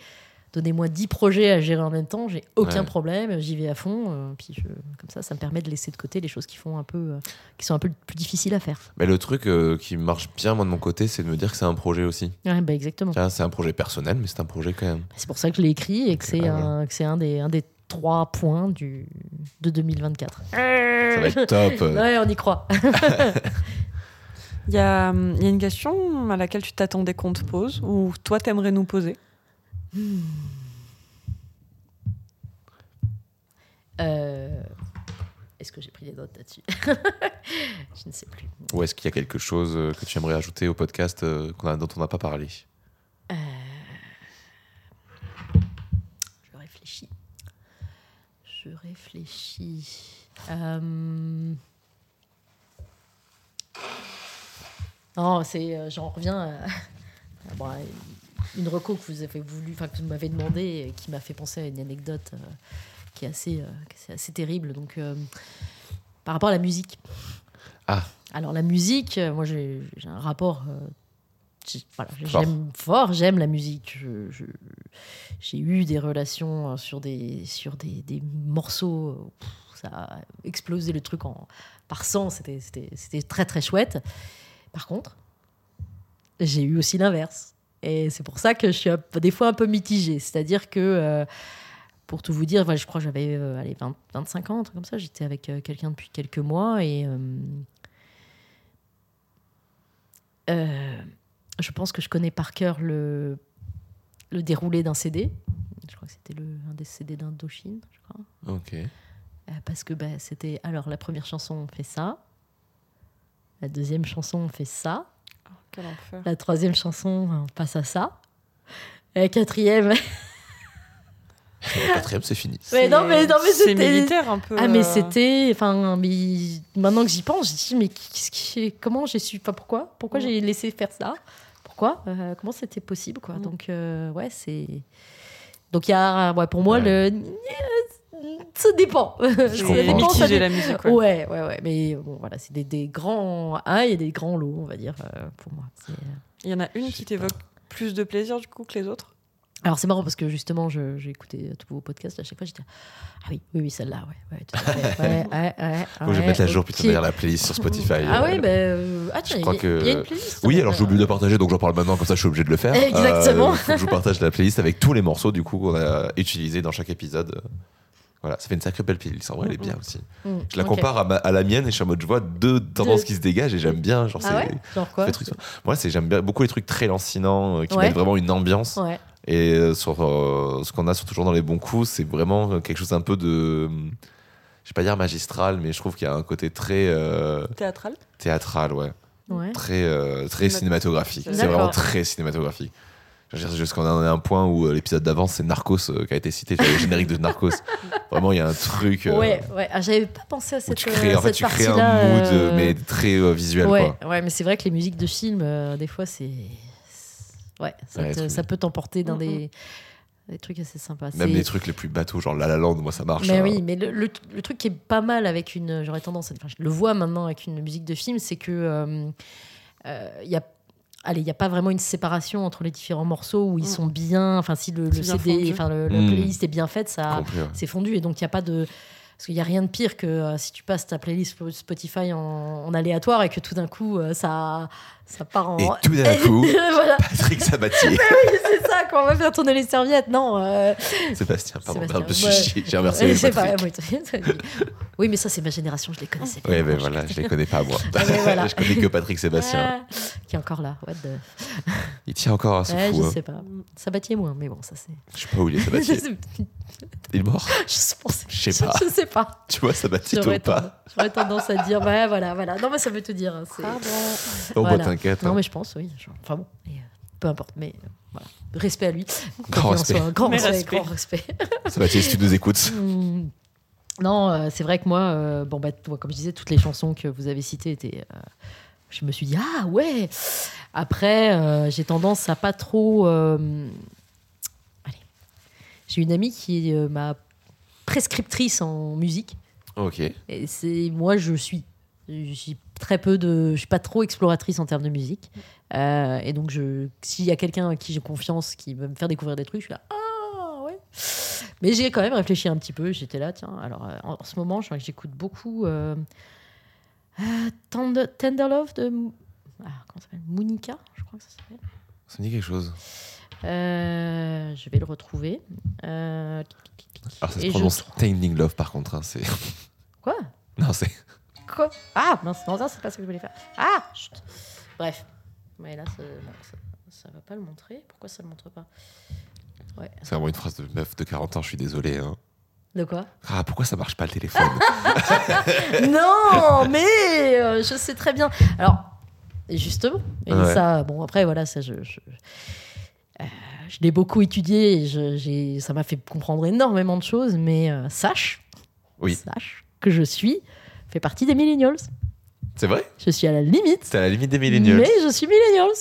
Donnez-moi 10 projets à gérer en même temps, j'ai aucun Ouais. problème, j'y vais à fond. euh, puis je- comme ça, ça me permet de laisser de côté les choses qui, font un peu, euh, qui sont un peu plus difficiles à faire. Mais le truc euh, qui marche bien, moi, de mon côté, c'est de me dire que c'est un projet aussi. Ouais, bah, exactement. Tiens, C'est un projet personnel, mais c'est un projet quand même. C'est pour ça que je l'ai écrit et que c'est Ah, un, que c'est un, des, un des trois points du, de 2024. Ça va être top. euh. Ouais, on y croit. Il y a, hum, il y a une question à laquelle tu t'attendais qu'on te pose, ou toi, t'aimerais nous poser Euh, Est-ce que j'ai pris les notes là-dessus Je ne sais plus. Ou est-ce qu'il y a quelque chose euh, que tu aimerais ajouter au podcast euh, qu'on a- dont on n'a pas parlé Je réfléchis. Je réfléchis. Euh, Non, c'est, euh, j'en reviens à, Bon, une reco que vous avez voulu, enfin que vous m'avez demandé, et qui m'a fait penser à une anecdote euh, qui est assez, euh, qui est assez terrible. Donc, euh, par rapport à la musique. Ah. Alors la musique, euh, moi j'ai j'ai un rapport. euh, j'ai- voilà, Fort. j'aime fort, j'aime la musique. Je- je- J'ai eu des relations euh, sur des, sur des, des morceaux. euh, pff, ça a explosé le truc en, par 100. C'était c'était- c'était très très chouette. Par contre, j'ai eu aussi l'inverse. Et c'est pour ça que je suis un peu- des fois un peu mitigée. C'est-à-dire que, euh, pour tout vous dire, voilà, je crois que j'avais euh, allez, 20 25 ans, un truc comme ça. J'étais avec euh, quelqu'un depuis quelques mois et. euh, euh, je pense que je connais par cœur le, le déroulé d'un CD. Je crois que c'était le, un des CD d'Indochine, je crois. Ok. Euh, parce que bah, c'était. Alors, la première chanson, on fait ça. La deuxième chanson, on fait ça. Quel enfer. La troisième chanson, on passe à ça. La quatrième. La quatrième, c'est fini. Mais non, mais- non, mais c'est c'était- militaire un peu. Ah, mais euh, c'était. Enfin, mais maintenant que j'y pense, je dis, mais qu'est-ce qui, comment j'ai su. Enfin, pourquoi Pourquoi j'ai laissé faire ça Pourquoi Euh, Comment c'était possible, quoi Mm. Donc, euh, ouais, c'est. Donc, il y a. ouais, pour moi, Ouais. le. Ça dépend. c'est ça comprends. dépend, ça mitigé dépend. la musique. ouais. Ouais, ouais, ouais. Mais bon, voilà, c'est des, des grands A et des grands lots, on va dire, euh, pour moi. C'est, euh, Il y en a Je une sais qui t'évoque plus de plaisir du coup que les autres. Alors c'est marrant parce que justement, je- j'ai écouté tous vos podcasts à chaque fois. J'étais ah oui, oui, oui, celle-là, ouais, ouais, tout à fait. ouais, ouais, ouais, Faut que je ouais, mette à jour, ok. putain, derrière la playlist sur Spotify. Ah euh, oui, bah, euh, ah tiens, je il crois y, a- que- il y a une playlist. hein, Oui, ouais. alors j'ai oublié de la partager, donc j'en parle maintenant, comme ça je suis obligé de le faire. Exactement. Euh, faut que je vous partage la playlist avec tous les morceaux du coup qu'on a utilisés dans chaque épisode. Voilà, ça fait une sacrée belle playlist. En vrai, elle est bien aussi. Mm, Je la ok. compare à, ma- à la mienne et je suis en mode, je vois deux tendances qui se dégagent et j'aime bien. Genre, c'est- Ah ouais, genre quoi ces trucs- Moi, c'est j'aime bien beaucoup les trucs très lancinants euh, qui Ouais. mettent vraiment une ambiance. Ouais. Et euh, sur euh, ce qu'on a sur toujours dans les bons coups, c'est vraiment euh, quelque chose un peu de, hum, je vais pas dire magistral, mais je trouve qu'il y a un côté très euh, Théâtral. théâtral, ouais Ouais. très, euh, très Cinémat- cinématographique. C'est Hein D'accord. vraiment très cinématographique. Je veux dire, Jusqu'à on en est à un point où euh, l'épisode d'avant, c'est Narcos euh, qui a été cité, j'avais le générique de Narcos. Vraiment, il y a un truc euh, Ouais, ouais. Ah, j'avais pas pensé à où cette, tu crées, euh, en fait, cette tu crées un partie-là, mood, euh, euh, mais très euh, visuel. ouais, Quoi. ouais, mais c'est vrai que les musiques de films, euh, des fois, c'est ouais, ça, Ouais, te- truc- ça peut t'emporter dans Mhm. des... des trucs assez sympas. mm. Même C'est- les trucs les plus bateaux, genre La La Land, moi, ça marche. Mais hein. oui, mais le, le- le truc qui est pas mal avec une. J'aurais tendance à. Enfin, je le vois maintenant avec une musique de film, c'est que. euh, euh, y a, allez, il n'y a pas vraiment une séparation entre les différents morceaux où ils Mm. sont bien. Enfin, si le, le C'est bien CD, fondu. enfin, le, la Mm. playlist est bien faite, ça. Compris, ouais. C'est fondu. Et donc, il n'y a pas de. Parce qu'il n'y a rien de pire que euh, si tu passes ta playlist Sp- Spotify en, en aléatoire et que tout d'un coup, euh, ça, ça part en. Et tout d'un coup, voilà, Patrick Sabatier, c'est ça, quand on va faire tourner les serviettes. Non. euh, Sébastien, pardon, Sébastien, merde, je ouais. suis- j'ai remercié je sais Patrick. pas, oui, oui, mais ça, c'est ma génération, je les connaissais pas. Ouais, ben voilà, je les connais pas, moi. Ah, mais voilà. je connais que Patrick Sébastien. Ah, qui est encore là. What the... Il tient encore à son Ouais, fou. je hein. sais pas. Sabatier moins, mais bon, ça c'est. Je sais pas où il est, je, Sabatier. sais... Il est mort. je pense- Je sais pas. Je sais pas. Tu vois, Sabatier ou J'aurais pas. tendance- j'aurais tendance à dire, ouais, voilà, voilà. Non, mais ça veut tout dire. hein, c'est- Pardon. Oh, Voilà. bah t'inquiète. Non, hein. mais je pense, oui. genre, Enfin bon, mais, euh, peu importe, mais euh, voilà. Respect à lui. Grand Quoi qu'il en respect. soit, grand Mais respect, respect. grand respect. Sébastien, si tu nous écoutes. Hum, Non, euh, c'est vrai que moi, euh, bon, bah, toi, comme je disais, toutes les chansons que vous avez citées étaient. euh, je me suis dit, ah ouais Après, euh, j'ai tendance à pas trop. euh, allez. J'ai une amie qui est euh, ma prescriptrice en musique. Ok. Et c'est moi, je suis. Je suis très peu de. Je suis pas trop exploratrice en termes de musique. Euh, et donc, je, s'il y a quelqu'un à qui j'ai confiance, qui veut me faire découvrir des trucs, je suis là. Ah ouais. Mais j'ai quand même réfléchi un petit peu. J'étais là, tiens. Alors, euh, en, en ce moment, je crois que j'écoute beaucoup. euh, euh, Tender, Tender Love de. Mou- Ah, comment ça s'appelle Monica, je crois que ça s'appelle. Ça me dit quelque chose. Euh, je vais le retrouver. Euh, Alors, ça se Et je prononce trouve- Tending Love, par contre. hein, c'est... Quoi Non, c'est. Quoi Ah mince, non, ça c'est pas ce que je voulais faire. Ah chut. Bref. Mais là, ça, bon, ça, ça va pas le montrer. Pourquoi ça le montre pas Ouais. C'est vraiment une phrase de meuf de 40 ans, je suis désolé. hein. De quoi Ah, pourquoi ça marche pas le téléphone Non, mais euh, je sais très bien. Alors, justement, et Ouais. ça, bon, après, voilà, ça, je. je... euh, je l'ai beaucoup étudié, et je- j'ai- ça m'a fait comprendre énormément de choses, mais euh, sache, Oui. sache que je suis, fait partie des millennials. C'est vrai Je suis à la limite. C'est à la limite des millennials. Mais je suis millennials.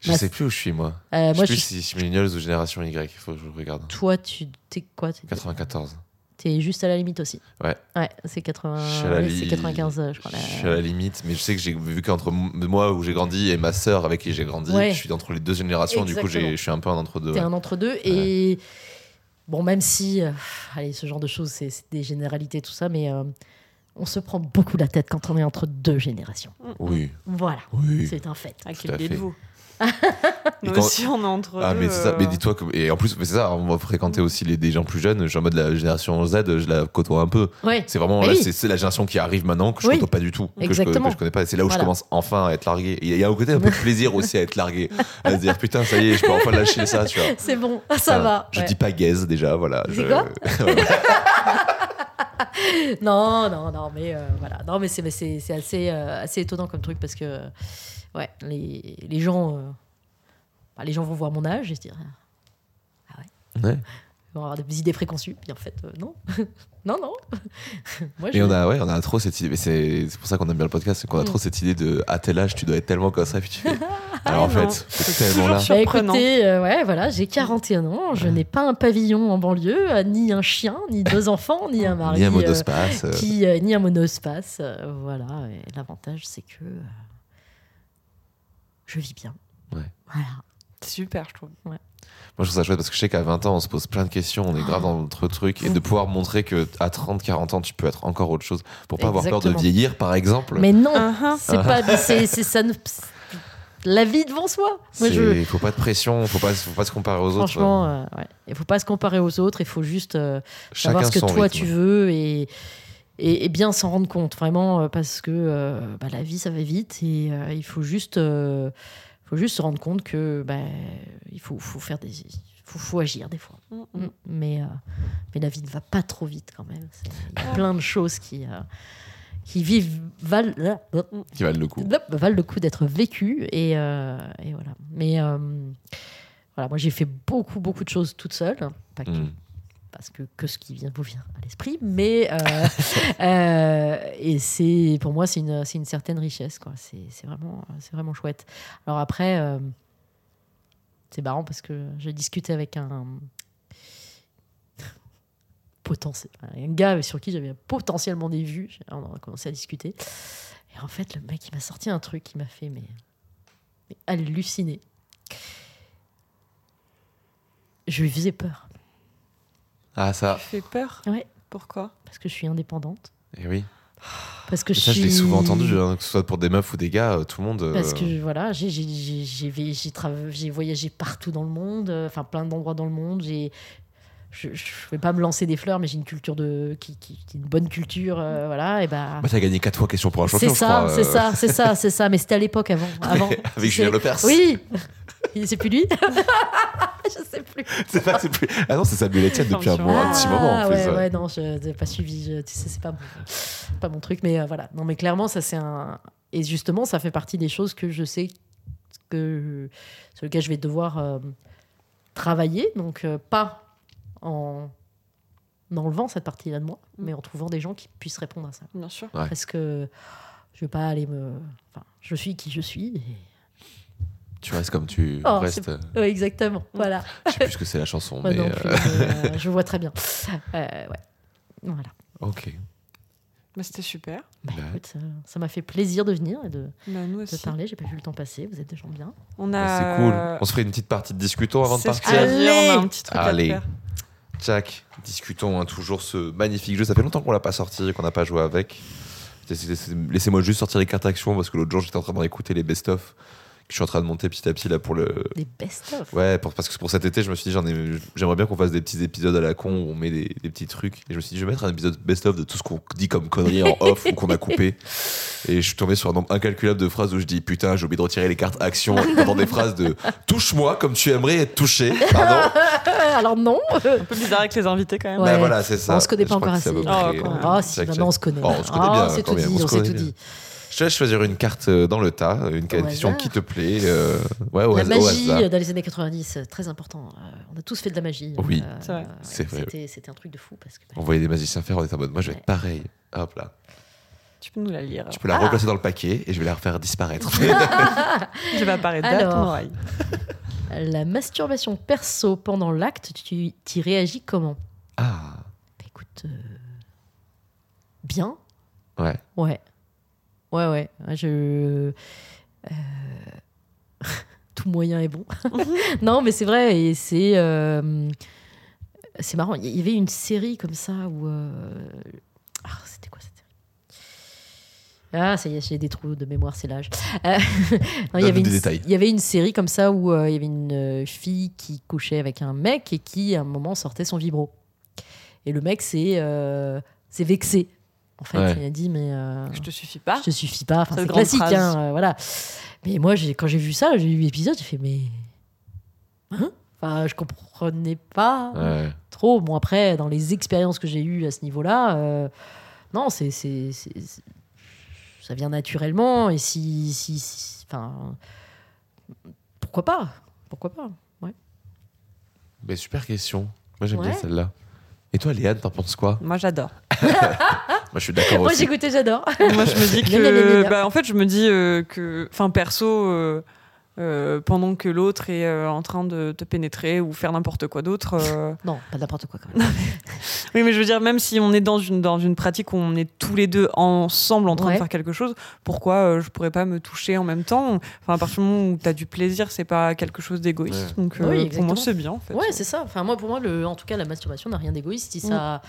je bah, sais plus où je suis, moi. Euh, je sais moi, je plus si je suis millennials ou génération Y. Il faut que je regarde. Toi, tu t'es quoi T'es- 94. T'es juste à la limite aussi. Ouais. Ouais, c'est 80... Je suis à la ouais, li- Euh, c'est 95, euh, je crois. la- Je suis à la limite, mais je sais que j'ai vu qu'entre m- moi où j'ai grandi et ma sœur avec qui j'ai grandi, Ouais. je suis entre les deux générations. Du coup, Exactement. j'ai- je suis un peu un entre deux. T'es un entre-deux. Et bon, même si, euh, allez, ce genre de choses, c'est c'est des généralités, tout ça, mais euh, on se prend beaucoup la tête quand on est entre deux générations. Mm, Oui, Voilà, oui. c'est un fait. Tout Ah, à quel biais de fait. vous. Et Nous quand- aussi, on est entre Ah deux, mais c'est ça, euh, mais dis-toi que et en plus mais c'est ça, on va fréquenter aussi les des gens plus jeunes, je suis en mode la génération Z, je la côtoie un peu. Ouais. C'est vraiment Eh là oui. c'est- c'est la génération qui arrive maintenant que je Oui. côtoie pas du tout, que je- que je, Exactement. connais pas, Et c'est là où je Voilà. commence enfin à être largué. Et Il y a un côté un peu de plaisir aussi à être largué, à se dire putain ça y est, je peux enfin lâcher ça, tu vois. C'est bon, ça, va. Je ouais. dis pas gaze déjà, voilà. C'est je- quoi Voilà. Non, non, non, mais euh, voilà. Non, mais c'est, mais c'est, c'est assez, euh, assez étonnant comme truc parce que, euh, ouais, les, les gens, euh, bah, les gens vont voir mon âge et se dire, ah ouais. Ouais. Ils vont avoir des idées préconçues. Puis en fait, euh, non, non, non. Moi, Et on a, ouais, on a trop cette idée, mais c'est c'est pour ça qu'on aime bien le podcast, c'est qu'on a Mm. trop cette idée de à tel âge tu dois être tellement comme ça, et puis tu fais. Ah Alors en non, fait, c'est c'est tellement toujours là. sur- Bah, Surprenant. écoutez, euh, ouais, voilà, j'ai 41 ans, je n'ai pas un pavillon en banlieue, euh, ni un chien, ni deux enfants, ni un mari, Ni un euh, mot d'espace. euh, qui, euh, ni un monospace. euh, voilà, et l'avantage c'est que euh, je vis bien. Ouais. Voilà. Super, je trouve. Moi, je trouve ça chouette parce que je sais qu'à 20 ans, on se pose plein de questions, on est grave dans notre truc, et de pouvoir montrer que à 30, 40 ans, tu peux être encore autre chose pour pas avoir peur de Exactement. vieillir, par exemple. Mais non, Ah, ah. c'est pas, mais c'est c'est ça. ne- La vie devant soi. Moi, C'est- je, Faut pas de pression, faut pas, faut pas se comparer aux autres. franchement, euh, ouais. il faut pas se comparer aux autres. Il faut juste euh, Chacun savoir ce que son toi rythme. tu veux et, et, et bien s'en rendre compte vraiment euh, parce que euh, bah, la vie ça va vite et euh, il faut juste euh, faut juste se rendre compte que bah, il faut, faut faire des faut, faut agir des fois Mm, mm. Mm. mais euh, mais la vie ne va pas trop vite quand même C'est- il y a plein de choses qui euh, qui vivent valent Qui valent le coup. Hop, valent le coup d'être vécu et, euh, et voilà mais euh, voilà moi j'ai fait beaucoup beaucoup de choses toute seule pas que Mm. parce que que ce qui vient vous vient à l'esprit, mais euh, euh, et c'est pour moi c'est une c'est une certaine richesse quoi. C'est c'est vraiment c'est vraiment chouette. Alors après euh, c'est marrant parce que j'ai discuté avec un potentiel un gars sur qui j'avais potentiellement des vues. On a commencé à discuter et en fait le mec il m'a sorti un truc qui m'a fait mais, mais halluciner. Je lui faisais peur. Ah, Tu ça. fais peur Ouais. Pourquoi parce que je suis indépendante. Et Eh oui. Parce que Mais je ça, je suis... l'ai souvent entendu, hein, que ce soit pour des meufs ou des gars, euh, tout le monde. euh, Parce que voilà, j'ai j'ai- j'ai- j'ai vé- j'ai trava- j'ai voyagé partout dans le monde, euh, enfin plein d'endroits dans le monde. J'ai- Je ne vais pas me lancer des fleurs, mais j'ai une culture de qui, qui, qui est une bonne culture, euh, voilà. Et bah, Bah, t'as gagné 4 fois question pour un c'est champion, ça, je crois. c'est euh, ça, c'est ça, c'est ça. Mais c'était à l'époque avant, avant. Tu Avec Julien sais. Lepers. Oui, Il- c'est plus lui. je sais plus. C'est pas, c'est plus... Ah non, c'est Samuel Etienne depuis un, Ah, moment- un petit moment en Ah, plus. ouais, ouais. ouais, non, je n'ai pas suivi. je- tu sais, c'est pas, mon- pas mon truc, mais euh, voilà. Non, mais clairement, ça, c'est un. Et justement, ça fait partie des choses que je sais que sur lesquelles je vais devoir euh, travailler. Donc, euh, pas en en enlevant cette partie-là de moi, Mm. mais en trouvant des gens qui puissent répondre à ça. Bien sûr. Ouais. Parce que je vais pas aller me. Enfin, je suis qui je suis. et- Tu restes comme tu Oh, restes. euh, Ouais, exactement. Voilà. Je sais plus ce que c'est la chanson, Moi mais. non euh, plus, mais, euh, je vois très bien. Euh, ouais. Voilà. Ok. Bah, C'était super. Bah, Bah. écoute, euh, ça m'a fait plaisir de venir et de, de Bah, nous aussi. parler. J'ai pas vu le temps passer. Vous êtes des gens bien. On Bah, a. C'est cool. On se ferait une petite partie de discutons avant de Euh, C'est ce que partir. partir. j'allais dire, on a un Allez. petit truc Allez. à te faire. Jack, discutons hein, toujours ce magnifique jeu. Ça fait longtemps qu'on l'a pas sorti, qu'on n'a pas joué avec. Laissez- Laissez-moi juste sortir les cartes actions parce que l'autre jour j'étais en train d'écouter les best-of que je suis en train de monter petit à petit là pour le. Des best-of. Ouais, pour- parce que pour cet été, je me suis dit, j'en ai, j'aimerais bien qu'on fasse des petits épisodes à la con où on met des, des petits trucs. Et je me suis dit, je vais mettre un épisode best-of de tout ce qu'on dit comme conneries en off ou qu'on a coupé. Et je suis tombé sur un nombre incalculable de phrases où je dis, putain, j'ai oublié de retirer les cartes action pendant des phrases de touche-moi comme tu aimerais être touché. Pardon. Euh, Alors non. Un peu bizarre avec les invités quand même. Ouais. Bah voilà, c'est ça. On se connaît Je pas crois encore que c'est à assez. peu Ah, près, quand même. euh, Ah si, exact, maintenant on c'est- se connaît. Oh, on se connaît Ah, bien, c'est quand tout même, dit. on se On s'est connaît tout bien. dit. Je te laisse choisir une carte euh, dans le tas, une question hasard. qui te plaît. euh, ouais, au la has- au magie hasard. euh, dans les années 90, euh, très important. Euh, on a tous fait de la magie. Oui. Euh, C'est vrai. ouais, C'est vrai. C'était, c'était un truc de fou parce que. bah, On voyait des magiciens faire, on était en mode, moi je vais Ouais. être pareil. Hop là. Tu peux nous la lire. Tu peux la Ah. replacer dans le paquet et je vais la refaire disparaître. Je vais apparaître derrière ton Alors. oreille. La masturbation perso pendant l'acte, tu t'y réagis comment ah, Bah, Écoute, euh, bien, ouais. ouais, ouais, ouais. Ouais, Je euh, tout moyen est bon. non, mais c'est vrai et c'est euh, c'est marrant. Il y avait une série comme ça où euh, ah, c'était quoi cette série ah, ça y est, j'ai des trous de mémoire, c'est l'âge. Euh, non, il, y Donne-nous avait une, des détails. il y avait une série comme ça où euh, il y avait une euh, fille qui couchait avec un mec et qui, à un moment, sortait son vibro. Et le mec s'est euh, s'est vexé. En fait, Ouais. il a dit, mais. euh, Je te suffis pas. je te suffis pas. Enfin, Cette c'est grande classique, phrase. hein, euh, voilà. Mais moi, j'ai- quand j'ai vu ça, j'ai eu l'épisode, j'ai fait mais, hein Enfin, je comprenais pas ouais. trop. Bon après, dans les expériences que j'ai eues à ce niveau-là, euh, non, c'est c'est- c'est- c'est- ça vient naturellement et si si, si- enfin, pourquoi pas Pourquoi pas Mais super question. Moi, j'aime bien Ouais. celle-là. Et toi, Léane, t'en penses quoi Moi, j'adore. Moi, je suis d'accord Moi, aussi. j'ai goûté, j'adore. Moi, je me dis Gna, gna, gna, que. gna. bah, en fait, je me dis euh, que. Enfin, perso, euh, euh, pendant que l'autre est euh, en train de te pénétrer ou faire n'importe quoi d'autre. euh, non, pas n'importe quoi quand même. Oui, mais je veux dire, même si on est dans une, dans une pratique où on est tous les deux ensemble en train de Ouais. faire quelque chose, pourquoi euh, je pourrais pas me toucher en même temps Enfin, à partir du moment où tu as du plaisir, c'est pas quelque chose d'égoïste. Donc, euh, Oui, pour moi, exactement. c'est bien, en fait. euh. Ouais, c'est ça. Enfin, moi, pour moi, le, en tout cas, la masturbation n'a rien d'égoïste si Mm. ça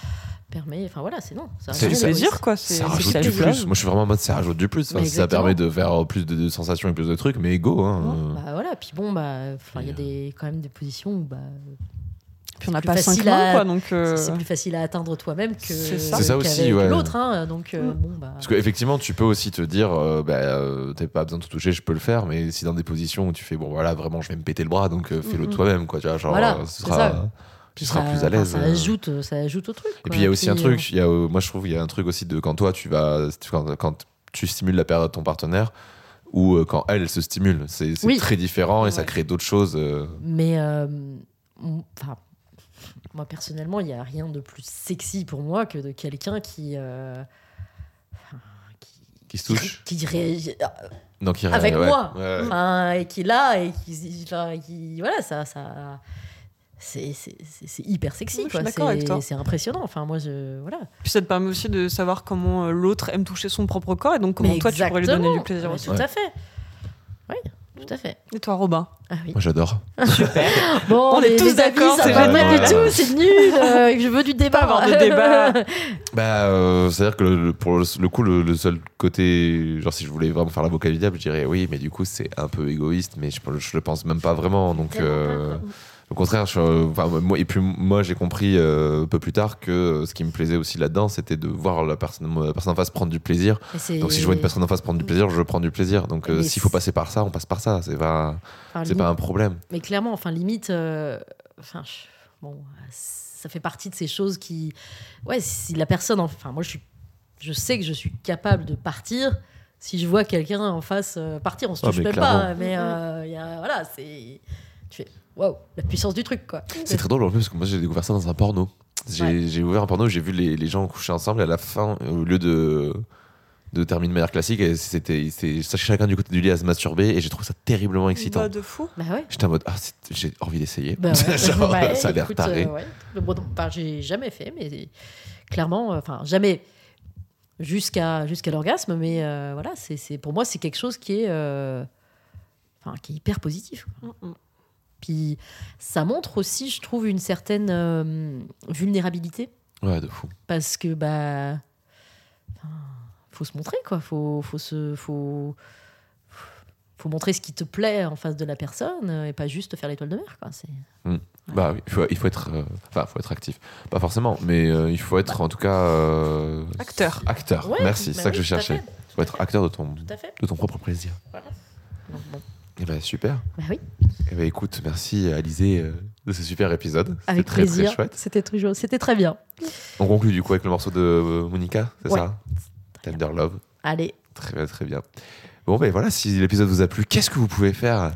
permet. Enfin voilà, c'est non. ça a C'est- C'est rien du ça- d'égoïste. plaisir, quoi. C'est Ça c'est rajoute du self-love. plus. Moi, je suis vraiment en mode ça rajoute du plus. Enfin, Mais si ça exactement. permet de faire euh, plus de, de sensations et plus de trucs, mais go. Hein. Bah voilà, puis bon, bah, enfin, il y Et, a euh. des, quand même des positions où bah, Puis on n'a plus pas facile cinq mains, à- quoi. Donc, euh, c'est plus facile à atteindre toi-même que C'est ça. Mm. C'est ça qu'avec aussi, ouais. l'autre. hein, donc, euh, bon, bah, Parce qu'effectivement, tu peux aussi te dire, euh, bah, euh, t'as pas besoin de te toucher, je peux le faire, mais si dans des positions où tu fais, bon voilà, vraiment, je vais me péter le bras, donc euh, fais-le Mhm. toi-même, quoi, tu vois, genre, Voilà, euh, ce c'est sera- ça. tu seras ça- plus à enfin, l'aise. Ça euh. ajoute, ça ajoute au truc. Et quoi. puis il y a aussi un euh, truc, il y a, euh, moi je trouve qu'il y a un truc aussi de quand toi tu vas, quand, quand tu stimules la période de ton partenaire, ou euh, quand elle, elle se stimule, c'est c'est Oui. très différent et ça Ouais. crée d'autres choses. euh. Mais euh, on- enfin, moi personnellement, il n'y a rien de plus sexy pour moi que de quelqu'un qui. euh, enfin, qui Qui se touche Qui, qui réagit- Non, qui avec ouais, moi, ouais, ouais. Enfin, et qui est là et qui, enfin, qui- voilà, ça, ça, c'est c'est- c'est- c'est hyper sexy, Oui, je suis quoi. d'accord avec toi. C'est c'est impressionnant. Enfin, moi, je, voilà. Puis ça te permet aussi de savoir comment euh, l'autre aime toucher son propre corps et donc comment Mais toi, tu pourrais lui donner du exactement. plaisir Mais aussi. Tout à fait. Oui, tout à fait. Et toi, Robin Ah oui. Moi j'adore. Bon, On est les- tous les avis, d'accord, ça c'est va génial. pas du tout, c'est nul. euh, je veux du débat. avoir de débat. Bah, euh, c'est-à-dire que le- le- pour le, le coup, le, le seul côté, genre si je voulais vraiment faire l'avocat du diable, je dirais oui, mais du coup c'est un peu égoïste, mais je, je le pense même pas vraiment. Donc, euh, au contraire, je, enfin, moi, et puis moi j'ai compris euh, un peu plus tard que ce qui me plaisait aussi là-dedans, c'était de voir la personne, la personne en face prendre du plaisir. Mais c'est- Donc si je vois une personne en face prendre du plaisir, je prends du plaisir. Donc euh, Mais s'il faut c'est- passer par ça, on passe par ça. C'est pas, enfin, c'est limite- pas un problème. Mais clairement, enfin, limite, euh, enfin, je- bon, euh, ça fait partie de ces choses qui, ouais, si la personne, enfin, moi, je suis, je sais que je suis capable de partir si je vois quelqu'un en face euh, partir, on se Ah, touche mais même clairement. pas, mais euh, il y a- voilà, c'est, tu fais, waouh, la puissance du truc, quoi. C'est très drôle en plus parce que moi j'ai découvert ça dans un porno. J'ai Ouais. j'ai ouvert un porno, j'ai vu les, les gens coucher ensemble à la fin au lieu de de terminer de manière classique et c'était c'est chacun du côté du lit à se masturber et j'ai trouvé ça terriblement excitant. Bah, de fou. Bah ouais. J'étais en mode ah c'est- j'ai envie d'essayer. Bah ouais. Genre, Bah, ça a l'air écoute, taré. euh, ouais. Le breton- enfin, j'ai jamais fait, mais clairement, euh, enfin, jamais jusqu'à jusqu'à l'orgasme, mais euh, voilà, c'est c'est- pour moi, c'est quelque chose qui est, euh, enfin, qui est hyper positif. quoi. Puis ça montre aussi, je trouve, une certaine euh, vulnérabilité Ouais de fou. parce que bah enfin, faut se montrer quoi faut faut se faut faut montrer ce qui te plaît en face de la personne euh, et pas juste faire l'étoile de mer quoi c'est Bah oui, il faut, il faut être euh, enfin faut être actif. Pas forcément, mais euh, il faut être en tout cas euh, Acteur. acteur. Ouais, Merci, bah c'est ça que oui, je tout à cherchais. fait, tout Faut à être fait, acteur de ton tout à fait de ton propre plaisir. Donc, bon. Et bah super. Bah oui Eh ben, écoute, merci Alizé euh, de ce super épisode. C'était avec très, plaisir Très chouette. c'était toujours c'était très bien On conclut du coup avec le morceau de euh, Monica, c'est Ouais. ça Tender Love. allez Très bien, très bien. Bon, ben voilà, si l'épisode vous a plu, qu'est-ce que vous pouvez faire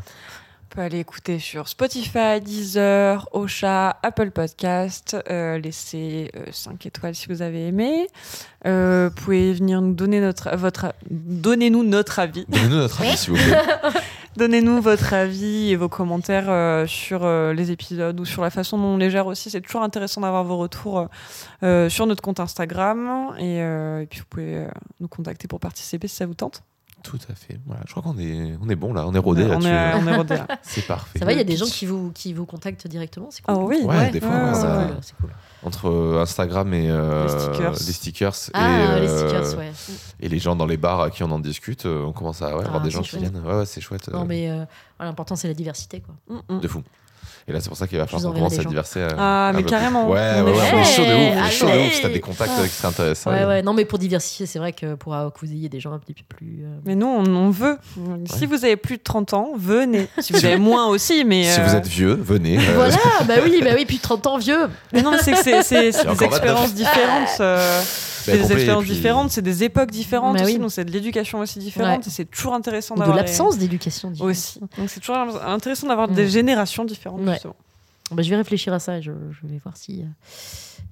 peut aller écouter sur Spotify, Deezer, Ocha, Apple Podcast. Euh, laissez euh, 5 étoiles si vous avez aimé. Euh, vous pouvez venir nous donner notre, votre, donnez-nous notre avis. Donnez-nous notre avis, s'il vous plaît. Donnez-nous votre avis et vos commentaires euh, sur euh, les épisodes ou sur la façon dont on les gère aussi. C'est toujours intéressant d'avoir vos retours euh, euh, sur notre compte Instagram. Et, euh, et puis vous pouvez euh, nous contacter pour participer si ça vous tente. Euh, Tout à fait. Voilà, je crois qu'on est, on est bon là, on est rodé on, là-dessus. est, on est rodé là. C'est parfait. euh, Ça va, il y a des gens qui vous, qui vous contactent directement, c'est cool. Ah oui. Ouais, des fois, ouais, c'est ouais. cool, c'est cool. Entre euh, Instagram et euh, Les stickers. les stickers et, Ah, les euh, stickers, ouais. et les gens dans les bars à qui on en discute, euh, on commence à ouais, avoir Ah, des gens c'est qui viennent. Ouais, ouais, c'est chouette. euh, Non, mais euh, l'important, c'est la diversité, quoi. Mm, mm. De fou. Et là, c'est pour ça qu'il va falloir vous qu'on enverrai commence des à gens. diverser. euh, Ah, un mais peu carrément. plus. Ouais, ouais, on est ouais, chaud. on est chaud de ouf. On est Allez. chaud de ouf. Si t'as des contacts Ah. euh, qui t'intéressent. Ouais, euh, ouais. Non, mais pour diversifier, c'est vrai que pour euh, que vous ayez des gens un petit peu plus. euh, Mais nous, on, on veut. Si vous avez plus de 30 ans, venez. Si vous avez moins aussi, mais. Si euh, vous êtes vieux, venez. euh, Voilà, bah oui, bah oui, puis 30 ans vieux. Mais non, mais c'est que c'est- c'est c'est Il y a des encore expériences différentes. euh, c'est complet, des expériences et puis- différentes, c'est des époques différentes Mais aussi, Bah oui. donc c'est de l'éducation aussi différente. Ouais. Et c'est toujours intéressant Ou de d'avoir. les- l'absence d'éducation. dis- Aussi. Donc c'est toujours intéressant d'avoir Mm. des générations différentes. Ouais. justement. Bah, je vais réfléchir à ça, et je, je vais voir s'il y a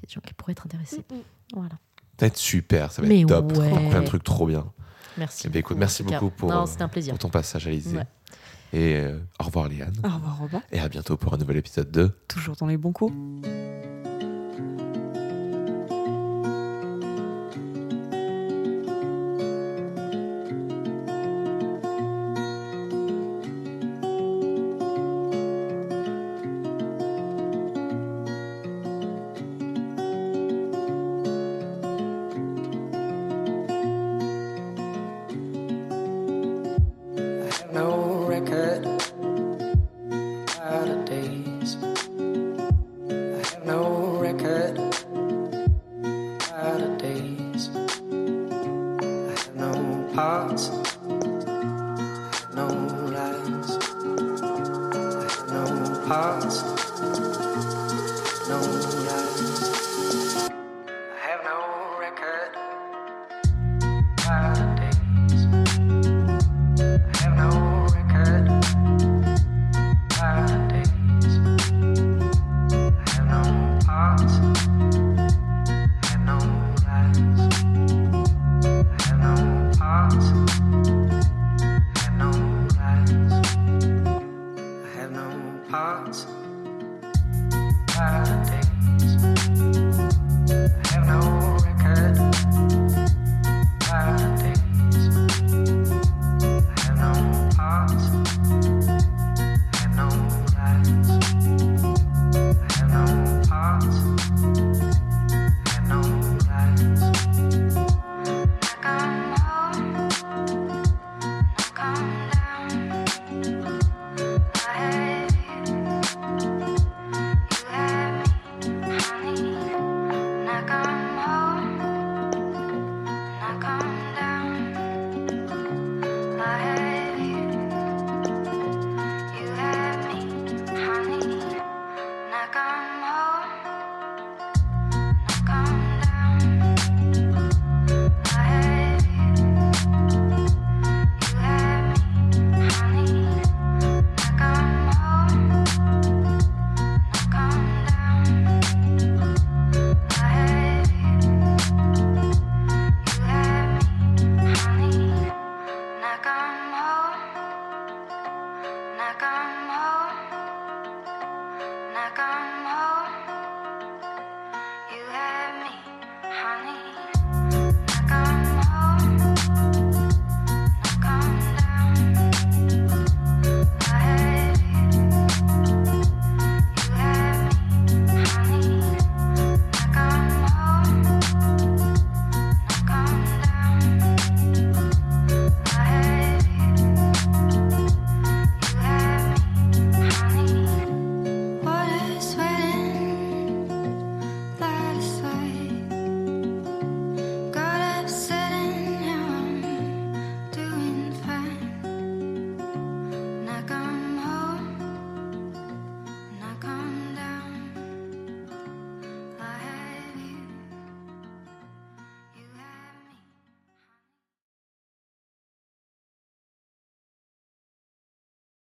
des gens qui pourraient être intéressés. Mm, Voilà. Ça va être super, ça va Mais être top. ouais. On fait un truc trop bien. Merci. Eh ben, écoute, beaucoup, merci en tout cas. beaucoup pour, euh, Non, c'était un plaisir. Pour ton passage, Alizé. Ouais. Et euh, au revoir, Léane. Au revoir, Robin. Et à bientôt pour un nouvel épisode de. Toujours dans les bons coups. no record out of days. I have no record out of days. I have no parts, I have no lives. I have no parts, I have no lives. I have no record out of days. I have no record of days. I have no parts. I have no lives. I have no parts. I have no lives. I have no parts. Of days. I have no record. Of